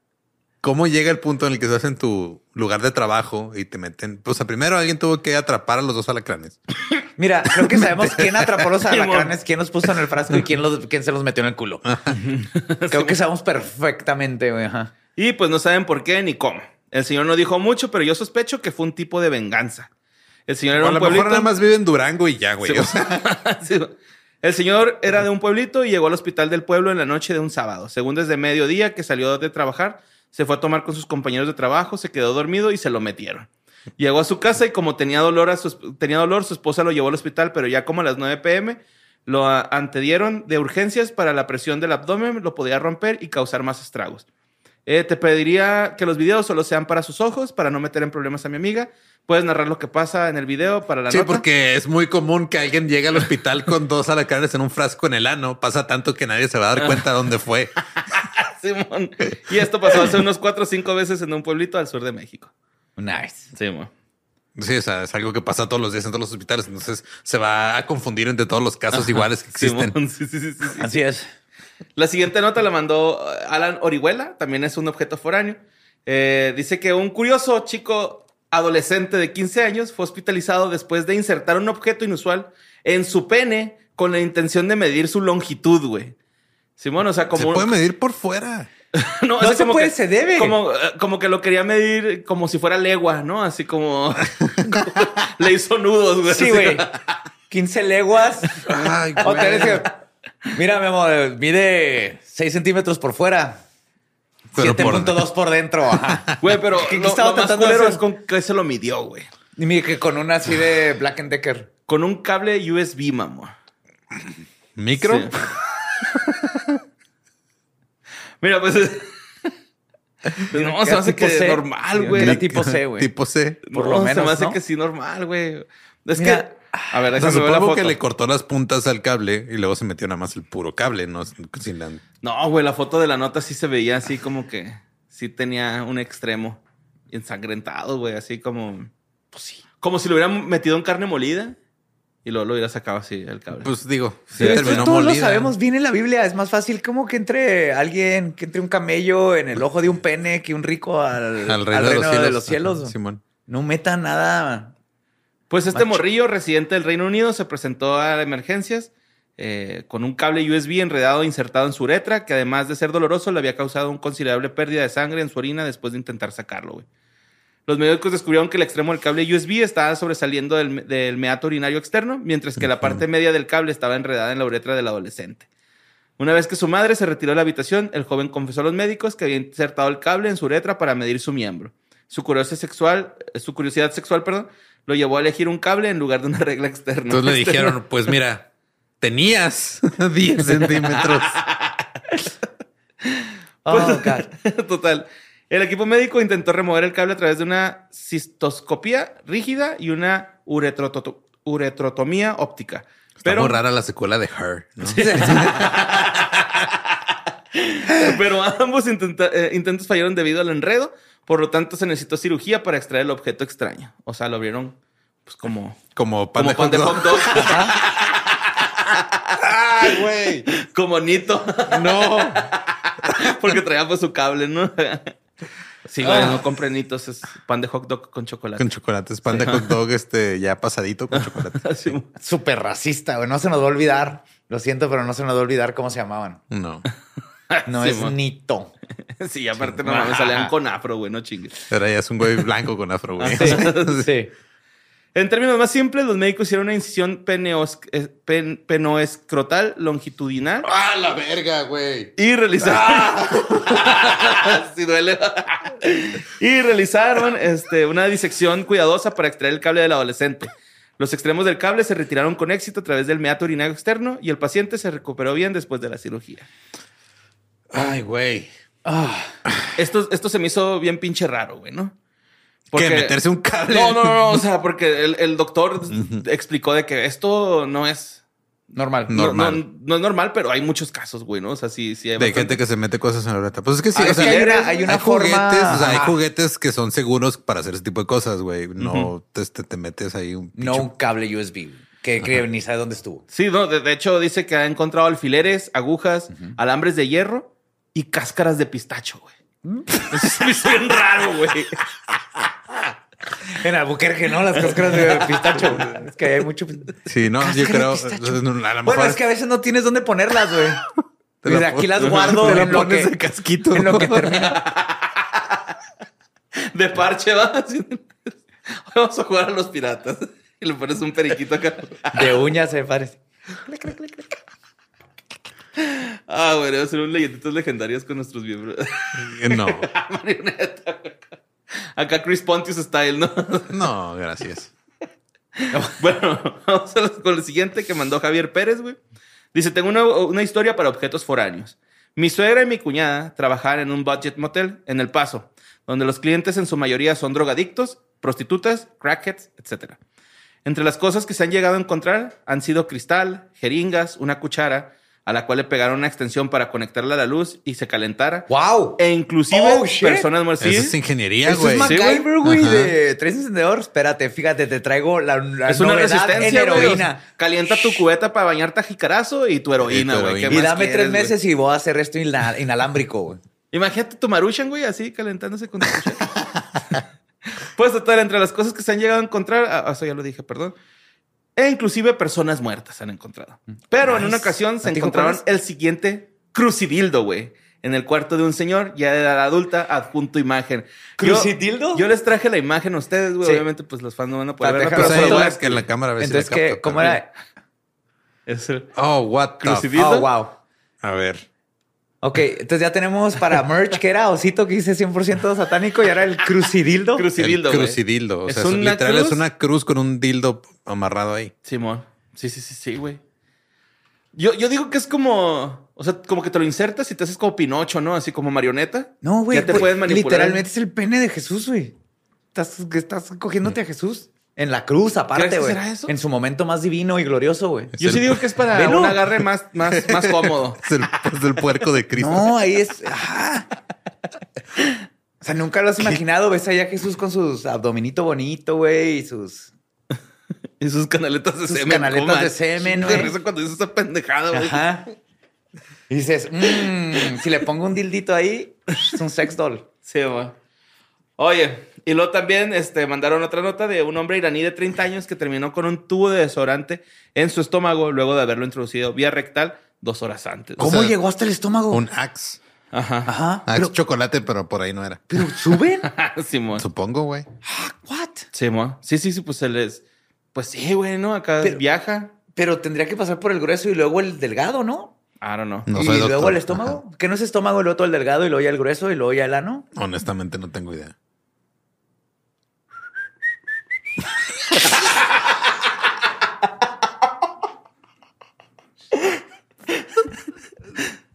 cómo llega el punto en el que estás en tu lugar de trabajo y te meten? O sea, primero alguien tuvo que atrapar a los dos alacranes.
Mira, creo que sabemos quién atrapó los alacranes, quién los puso en el frasco y quién, los, quién se los metió en el culo. Creo que sabemos perfectamente, güey. ajá.
Y pues no saben por qué ni cómo. El señor no dijo mucho, pero yo sospecho que fue un tipo de venganza. El señor
O
era
a
un
lo mejor
pueblito.
nada más vive en Durango y ya, güey.
Sí, pues,
O sea,
Sí, El señor era de un pueblito y llegó al hospital del pueblo en la noche de un sábado. Según desde mediodía que salió de trabajar, se fue a tomar con sus compañeros de trabajo, se quedó dormido y se lo metieron. Llegó a su casa y como tenía dolor, a su, esp- tenía dolor su esposa lo llevó al hospital, pero ya como a las 9 pm lo a- antedieron de urgencias para la presión del abdomen, lo podía romper y causar más estragos. Eh, te pediría que los videos solo sean para sus ojos, para no meter en problemas a mi amiga. Puedes narrar lo que pasa en el video para la
sí,
nota?
porque es muy común que alguien llegue al hospital con dos alacranes en un frasco en el ano. Pasa tanto que nadie se va a dar cuenta dónde fue.
Simón. Y esto pasó hace unos cuatro o cinco veces en un pueblito al sur de México.
Nice.
Simón.
Sí, o sea, es algo que pasa todos los días en todos los hospitales. Entonces se va a confundir entre todos los casos iguales que existen.
Simón. Sí, sí, sí, sí, sí.
Así es.
La siguiente nota la mandó eh, Alan Orihuela, también es un objeto foráneo. Eh, dice que un curioso chico adolescente de 15 años fue hospitalizado después de insertar un objeto inusual en su pene con la intención de medir su longitud, güey. Simón, o sea, como...
se puede medir por fuera.
No,
No
así
se
como
puede,
que-
se debe.
Como, eh, como que lo quería medir como si fuera legua, ¿no? Así como le hizo nudos, güey.
Sí,
Así
güey.
como-
15 leguas.
Ay,
O
güey.
tenés que- Mira, mi amor, mide 6 centímetros por fuera,
Pero por-
7.2 por dentro. Ajá.
Güey, pero
¿Qué- qué
lo,
estaba
lo más
tratando de
culero
hacer?
es con que se lo midió, güey.
Y mire que con una así de Black and Decker.
Con un cable USB, mamá.
¿Micro?
Sí. Mira, pues... no, se me hace
tipo
que
C.
normal,
Era
güey.
Mic-
tipo C, güey.
Tipo C.
por
No,
lo
Se
menos,
me hace
¿no?
que sí, normal, güey. Es
Mira,
que... A ver,
O sea,
déjame ver la
supongo
foto.
que le cortó las puntas al cable y luego se metió nada más el puro cable, no sin la-
No, güey, la foto de la nota sí se veía así como que sí tenía un extremo ensangrentado, güey, así como. Pues sí. Como si lo hubieran metido en carne molida y luego lo hubiera sacado así el cable.
Pues digo, sí,
Pero esto
terminó
todos lo
molida.
sabemos bien en la Biblia. Es más fácil como que entre alguien, que entre un camello en el ojo de un pene que un rico al,
Al reino,
al reino
de los cielos.
cielos.
Ajá, Simón.
no meta nada.
Pues este
Macho.
morrillo, residente del Reino Unido, se presentó a emergencias eh, con un cable USB enredado e insertado en su uretra, que además de ser doloroso, le había causado una considerable pérdida de sangre en su orina después de intentar sacarlo, güey. Los médicos descubrieron que el extremo del cable USB estaba sobresaliendo del, me- del meato urinario externo, mientras que la parte media del cable estaba enredada en la uretra del adolescente. Una vez que su madre se retiró de la habitación, el joven confesó a los médicos que había insertado el cable en su uretra para medir su miembro. Su curiosidad sexual, eh, su curiosidad sexual, perdón, lo llevó a elegir un cable en lugar de una regla externa.
Entonces le
Este-
dijeron, pues mira, tenías 10 centímetros.
Oh, God.
Total. El equipo médico intentó remover el cable a través de una cistoscopía rígida y una uretrototo- uretrotomía óptica.
Está
Pero,
muy rara la secuela de Her. ¿no?
pero ambos intenta- eh, intentos fallaron debido al enredo, por lo tanto se necesitó cirugía para extraer el objeto extraño. O sea, lo abrieron pues como
Como pan
como
de
pan de
hot dog.
hot dog. Como Nito,
No.
porque traía pues su cable, ¿no? Sí, güey, no compren Nitos, es pan de hot dog con chocolate.
Ah. Con chocolates, pan de hot dog, este ya pasadito con chocolate.
Ah,
Así,
Súper racista, güey. No se nos va a olvidar. Lo siento, pero no se nos va a olvidar cómo se llamaban.
No.
No
Sí,
es
mo.
Nito.
Sí, aparte no mames, salían con afro, güey, no chingues.
Ahora ya es un güey blanco con afro, güey.
Ah, Sí.
En términos más simples, los médicos hicieron una incisión peneos- eh, pen- penoescrotal longitudinal
¡Ah, la verga, güey!
y realizaron.
Ah.
Sí, duele. y realizaron este, una disección cuidadosa para extraer el cable del adolescente. Los extremos del cable se retiraron con éxito a través del meato urinario externo y el paciente se recuperó bien después de la cirugía.
Ay, güey.
Ah,
Esto, esto se me hizo bien pinche raro, güey, ¿no?
¿Qué? ¿Meterse un cable?
No, no, no, o sea, porque el, el doctor explicó de que esto no es
Normal.
No. Normal.
No, no- no es normal, pero hay muchos casos, güey, ¿no? O sea, sí, sí hay
De
bastante-
gente que se mete cosas en la reta. Pues es que sí,
Ah,
o
es
sea,
que hay una- hay una forma-
juguetes, o sea, hay
Ajá.
juguetes que son seguros para hacer ese tipo de cosas, güey. No te, este, te- te metes ahí un
No un cable USB que creo ni sabe dónde estuvo.
Sí, no, de, de hecho dice que ha encontrado alfileres, agujas, alambres de hierro y cáscaras de pistacho, güey. Eso se me hizo bien raro, güey.
En Albuquerque, ¿no? Las cáscaras de pistacho. güey. Es que hay mucho. pis-
Sí, no, yo
Cáscara de
creo.
pistacho.
entonces, no, A lo mejor
Bueno, es que a veces no tienes dónde ponerlas, güey.
Te la
Mira,
pon-
aquí las guardo
te la
en lo
pones
que-
de casquito.
en lo que termina.
de parche, va. Así, Vamos a jugar a los piratas. Y le pones un periquito acá.
De uñas se parece.
Ah, güey, va a ser un leyenditos legendarias con nuestros miembros.
No,
Ah, Marioneta, güey. Acá Chris Pontius style, ¿no?
no, gracias.
Bueno, vamos a los- con el siguiente que mandó Javier Pérez, güey. Dice, tengo una, una historia para objetos foráneos. Mi suegra y mi cuñada trabajaban en un budget motel en El Paso, donde los clientes en su mayoría son drogadictos, prostitutas, crackheads, etc. Entre las cosas que se han llegado a encontrar han sido cristal, jeringas, una cuchara, a la cual le pegaron una extensión para conectarla a la luz y se calentara.
¡Wow!
E inclusive
Oh, shit.
personas muertas.
Eso
Sí,
es ingeniería,
Eso
güey.
es
Sí,
MacGyver, güey,
Ajá.
de tres encendedor. Espérate, fíjate, te traigo la, la
Es una
Ah, novedad en
resistencia, güey.
heroína.
Calienta tu cubeta para bañarte a jicarazo y tu
Y
heroína,
tu
güey. ¿Qué
heroína.
Y
más
dame
quieres,
tres
güey?
meses y voy a hacer esto ina- inalámbrico, güey.
Imagínate tu maruchan, güey, así calentándose con tu Pues total, entre las cosas que se han llegado a encontrar, ah, ah, eso ya lo dije, perdón. E inclusive personas muertas se han encontrado. Pero en
Nice.
una ocasión se
¿No te
encontraron
acuerdas?
el siguiente crucidildo, güey. En el cuarto de un señor ya de edad adulta, adjunto imagen. Yo-
¿Crucidildo?
Yo, les traje la imagen a ustedes, güey.
Sí.
Obviamente, pues los fans no van a poder
La
verla,
deja-
pero
Pues
o
se
ahí
lo voy a-
busca en la cámara a ver si
Entonces,
la
¿qué,
capta
¿cómo
también.
era?
es el
Oh, what the
Crucifijo.
f-
Oh,
¿Dildo?
wow.
A ver.
Ok, entonces ya tenemos para merch que era Osito que hice 100% satánico y ahora el crucidildo.
crucidildo,
el
güey.
crucidildo. O
Es
sea, es-
una
literal
cruz.
es una cruz con un dildo amarrado ahí.
Simón. Sí, sí, sí, sí, güey. Yo, yo digo que es como. O sea, como que te lo insertas y te haces como Pinocho, ¿no? Así como marioneta.
No, güey.
Ya te
güey,
puedes manipular.
Literalmente es el pene de Jesús, güey. Estás, que estás cogiéndote a Jesús en la cruz,
Mm. ¿Crees
aparte,
que
güey.
será eso?
En su momento más divino y glorioso, güey.
Es
Yo sí
el-
digo que es para
Velo.
un agarre más, más, más cómodo.
Es el, es el puerco de Cristo.
No, ahí es. ajá. O sea, nunca lo has imaginado. Ves allá a Jesús con sus abdominito bonito, güey, y sus.
Y sus canaletas de
Sus
semen.
canaletas
comas.
de semen,
Me
güey.
risa cuando dices esa pendejada, güey.
Ajá. Y dices, "Mm, si le pongo un dildito ahí, es un sex doll.
Sí, güey. Oye, y luego también este, mandaron otra nota de un hombre iraní de 30 años que terminó con un tubo de desodorante en su estómago luego de haberlo introducido vía rectal dos horas antes.
O
¿Cómo
sea,
llegó hasta el estómago?
Un axe.
Ajá.
Ajá.
Axe
Pero,
chocolate, pero por ahí no era.
pero suben.
Simón.
Supongo, güey.
¿What?
Sí, mo. sí, sí, sí, pues se les. Pues sí, güey, ¿no? Acá
Pero-
viaja.
Pero tendría que pasar por el grueso y luego el delgado, ¿no?
I don't know.
No
y
soy
luego
doctor.
el estómago. Que no es estómago, y luego todo el delgado y luego ya el grueso y luego ya el ano.
Ajá. Honestamente, no tengo idea.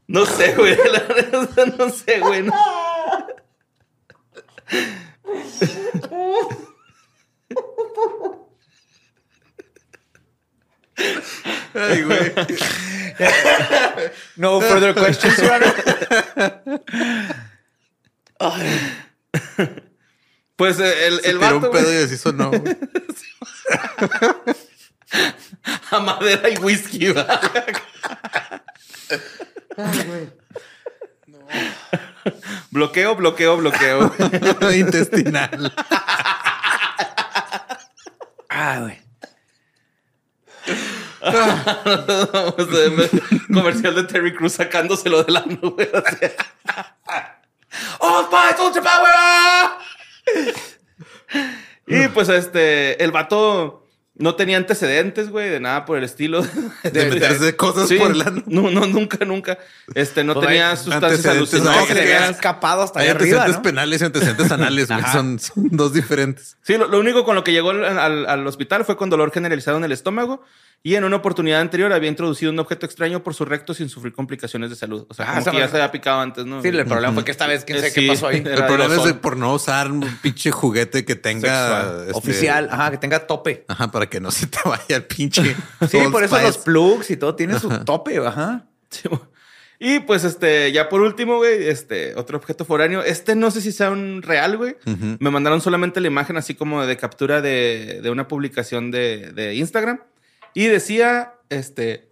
No sé, güey. La verdad, no sé, güey. no.
Ay, güey.
No further questions, Your Honor.
Pues eh, el,
Se
el
tiró
vato,
un pedo
güey,
y así sonó. güey.
a madera y whisky, va. Bloqueo, bloqueo, bloqueo.
Intestinal.
Ah, güey.
Vamos a ver, comercial de Terry Cruz sacándoselo del ano, güey. así. ¡Oh, Spice Ultra
Ah,
Power! Y pues este, el vato no tenía antecedentes, güey, de nada por el estilo.
De meterse cosas
Sí,
por el ano.
No, no, nunca, nunca. Este, no
Pues,
tenía
hay
sustancias
antecedentes,
No,
Ay,
se le había
alucinógenas.
escapado hasta
Hay
allá arriba,
antecedentes
¿no?
penales y antecedentes anales, güey. Son, son dos diferentes.
Sí, lo, lo único con lo que llegó al, al- al hospital fue con dolor generalizado en el estómago y en una oportunidad anterior había introducido un objeto extraño por su recto sin sufrir complicaciones de salud. O sea,
Ah,
como
esa
que ya
madre.
se había picado antes, ¿no?
Sí, el problema fue que esta vez quién
Eh,
sabe qué
sí.
pasó ahí.
Era
el
de
problema es
lozón.
de por no usar un pinche juguete que tenga
Sexual.
este,
Oficial, ajá, que tenga tope.
Ajá, para que no se te vaya el pinche.
Sí,
Old
por eso
Spice.
los plugs y todo tiene su tope, ajá.
Sí, güey. y pues este, ya por último, güey, este, otro objeto foráneo. Este no sé si sea un real, güey.
Ujú.
Me mandaron solamente la imagen así como de captura de, de una publicación de, de Instagram. Y decía, este,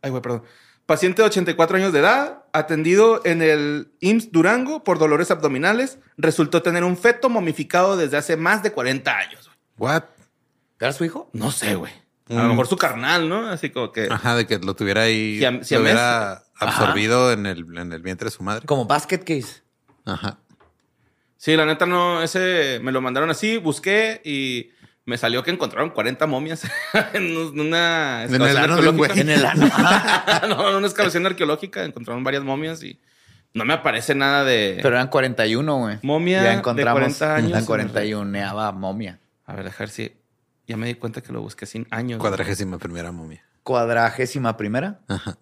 ay, güey, perdón. Paciente de 84 años de edad, atendido en el IMSS Durango por dolores abdominales, resultó tener un feto momificado desde hace más de 40 años. güey.
What?
¿Era su hijo?
No sé, güey. A lo
Mm. Ah.
mejor su carnal, ¿no? Así como que...
Ajá, de que lo tuviera ahí.
Siam-
lo
siamés.
hubiera absorbido en el, en el vientre de su madre.
Como basket case.
Ajá.
Sí, la neta no, ese me lo mandaron así, busqué y me salió que encontraron 40 momias en una
En el ano de un güey.
En el ano.
no, en una excavación arqueológica encontraron varias momias y no me aparece nada de...
Pero eran 41, güey.
Momia
Ya
de
encontramos
40 años.
la 41 momia.
A ver, dejar si... Ya me di cuenta que lo busqué sin años.
Cuadragésima primera momia.
Cuadragésima primera.
Ajá.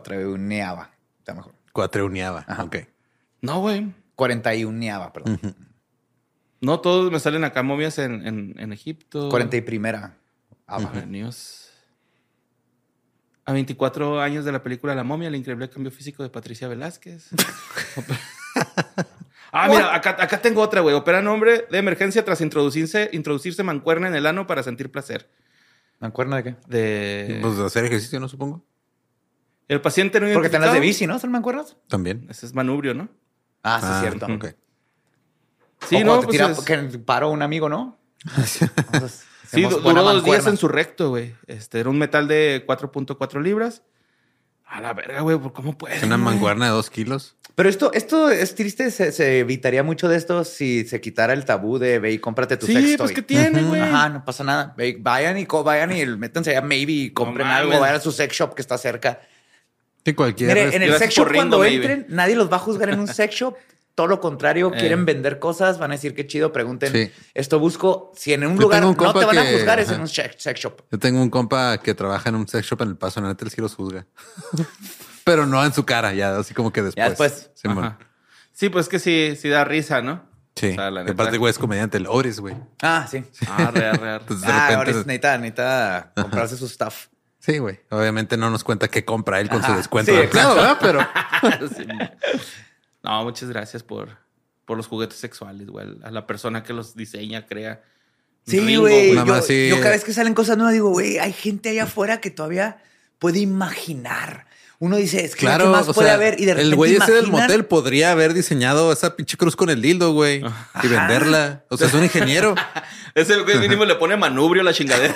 Cuatreuneaba. Está mejor.
Cuatreuneaba.
Ajá.
Ok.
No, güey.
41 perdón.
Ujú.
No todos me salen acá momias en, en, en Egipto.
40 y primera. aba.
Años. A 24 años de la película La momia, el increíble cambio físico de Patricia Velázquez. ah, mira, acá, acá tengo otra, güey. Opera nombre de emergencia tras introducirse, introducirse mancuerna en el ano para sentir placer.
¿Me acuerdo de qué?
De...
Pues hacer ejercicio, ¿no? Supongo.
el paciente no
Porque te andas de
identificado.
bici, ¿no? ¿Son me acuerdas?
También.
Ese es manubrio, ¿no?
Ah, sí, cierto.
ok.
Sí,
O
no,
cuando te
pues
tira-
es-
que paró un amigo, ¿no? Entonces,
Sí,
hacemos
du-
buena
duró dos días
mancuerna.
en su recto, güey. Este, era un metal de 4.4 libras. A la verga, güey, ¿por ¿cómo puede?
Una manguarna de dos kilos.
Pero esto, esto es triste, se, se evitaría mucho de esto si se quitara el tabú de ve y cómprate tu
Sí,
sextoy.
pues, ¿qué tiene, güey?
Ajá, no pasa nada. Ve- vayan y co- vayan y métanse a maybe y compren
mames.
algo, vayan a su sex shop que está cerca.
Sí, cualquier.
Mire, en el
gracias
sex shop
por Ringo,
cuando
baby.
entren, nadie los va a juzgar en un sex shop. Todo lo contrario,
Eh.
quieren vender cosas, van a decir qué chido, pregunten.
Sí.
Esto busco. Si en un
Yo
lugar
tengo un
no te
compa
van a
que-
juzgar, es en
ajá.
un sex sex shop.
Yo tengo un compa que trabaja en un sex shop en el paso, en el sí los juzga. Pero no en su cara, ya, así como que después.
Ya después.
Simón.
Ajá. Sí, pues que sí, sí da risa, ¿no?
Sí.
O sea, la neta.
Aparte, güey, es comediante, el Oris, güey.
Ah, sí.
Arre, arre, arre.
Entonces, de
Ah, ahora
repente-
es- necesita, necesita comprarse su stuff.
Sí, güey. Obviamente no nos cuenta qué compra él con su descuento.
Sí,
de empleado, ¿verdad? Pero
No, muchas gracias por, por los juguetes sexuales, güey. A la persona que los diseña, crea.
Sí,
Ringo,
güey.
Nada
Yo,
más sí.
yo cada vez que salen cosas nuevas digo, güey, hay gente allá afuera que todavía puede imaginar. Uno dice, es que
claro,
¿qué más
o
puede
sea,
haber? Y de repente
el güey ese del
imaginas-
motel podría haber diseñado esa pinche cruz con el dildo, güey,
Ah.
y venderla. O sea, es un ingeniero.
Ese güey mínimo le pone manubrio a la chingadera.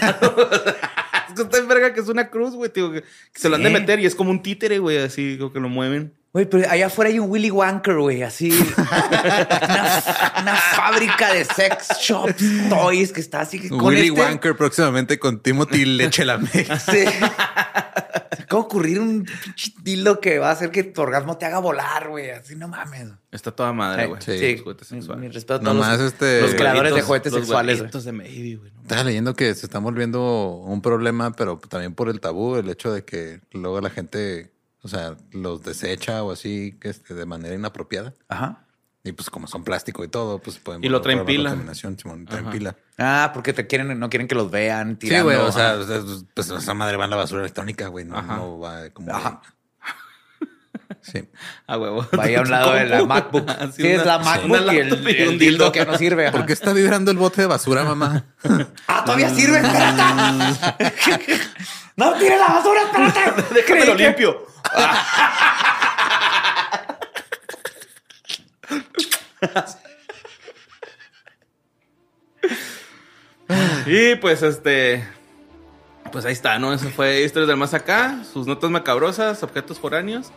es que está en verga que es una cruz, güey, tío. Que, que se lo han de
Sí.
meter y es como un títere, güey, así como que lo mueven.
Güey, pero allá afuera hay un Willy Wanker, güey, así. una, una fábrica de sex shops, toys, que está así. que Con
Willy
este-
Wanker próximamente con Timothy Lechelamé.
Sí. Acaba de ocurrir un pinche dildo que va a hacer que tu orgasmo te haga volar, güey. Así no mames.
Está toda madre, güey.
sí.
Los juguetes
Mi,
sexuales.
mi respeto a todos
Nomás
los,
este.
los creadores de
Los-
juguetes
los
sexuales. güey.
huevitos de Maybe, güey. ¿no?
Estaba leyendo que se está volviendo un problema, pero también por el tabú, el hecho de que luego la gente, o sea, los desecha o así, que este, de manera inapropiada.
Ajá.
Y pues como son plástico y todo, pues pueden...
Y lo traen
provocar
pila.
la contaminación, Simón, traen
Ajá.
pila.
Ah, porque te quieren, no quieren que los vean
Sí,
tirando.
güey, o sea,
Ajá.
o sea, pues esa madre va en la basura electrónica, güey, no,
Ajá.
no va como...
Ajá.
Sí.
A huevo.
Vaya a un lado de la
Compu.
MacBook.
Así
Sí, es
una-
la
Ah, sí.
MacBook
Una
y el,
laptop y
el dildo
un dildo.
que no sirve. ajá.
¿Por qué está vibrando el bote de basura, mamá?
Ah, todavía sirve, espérate. no tire la basura, espérate.
Déjame lo
Creí que-
limpio. y pues este. Pues ahí está, ¿no? Eso fue Historias del Más Acá, sus notas macabrosas, objetos foráneos.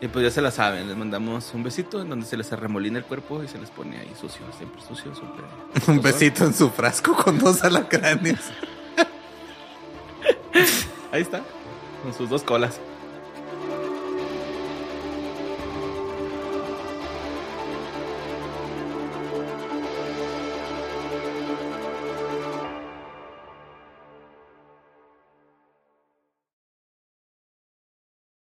Y pues ya se la saben, les mandamos un besito en donde se les arremolina el cuerpo y se les pone ahí sucio, siempre sucio, siempre.
Un besito en su frasco con dos alacranes.
Ahí está, con sus dos colas.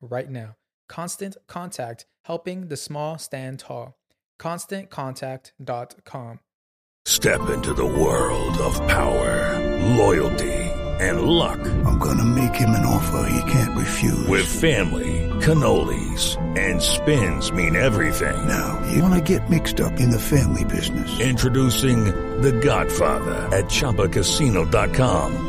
right now. Constant Contact, helping the small stand tall. ConstantContact.com.
Step into the world of power, loyalty, and luck.
I'm going to make him an offer he can't refuse.
With family, cannolis, and spins mean everything.
Now, you want to get mixed up in the family business.
Introducing The Godfather at ChumbaCasino.com.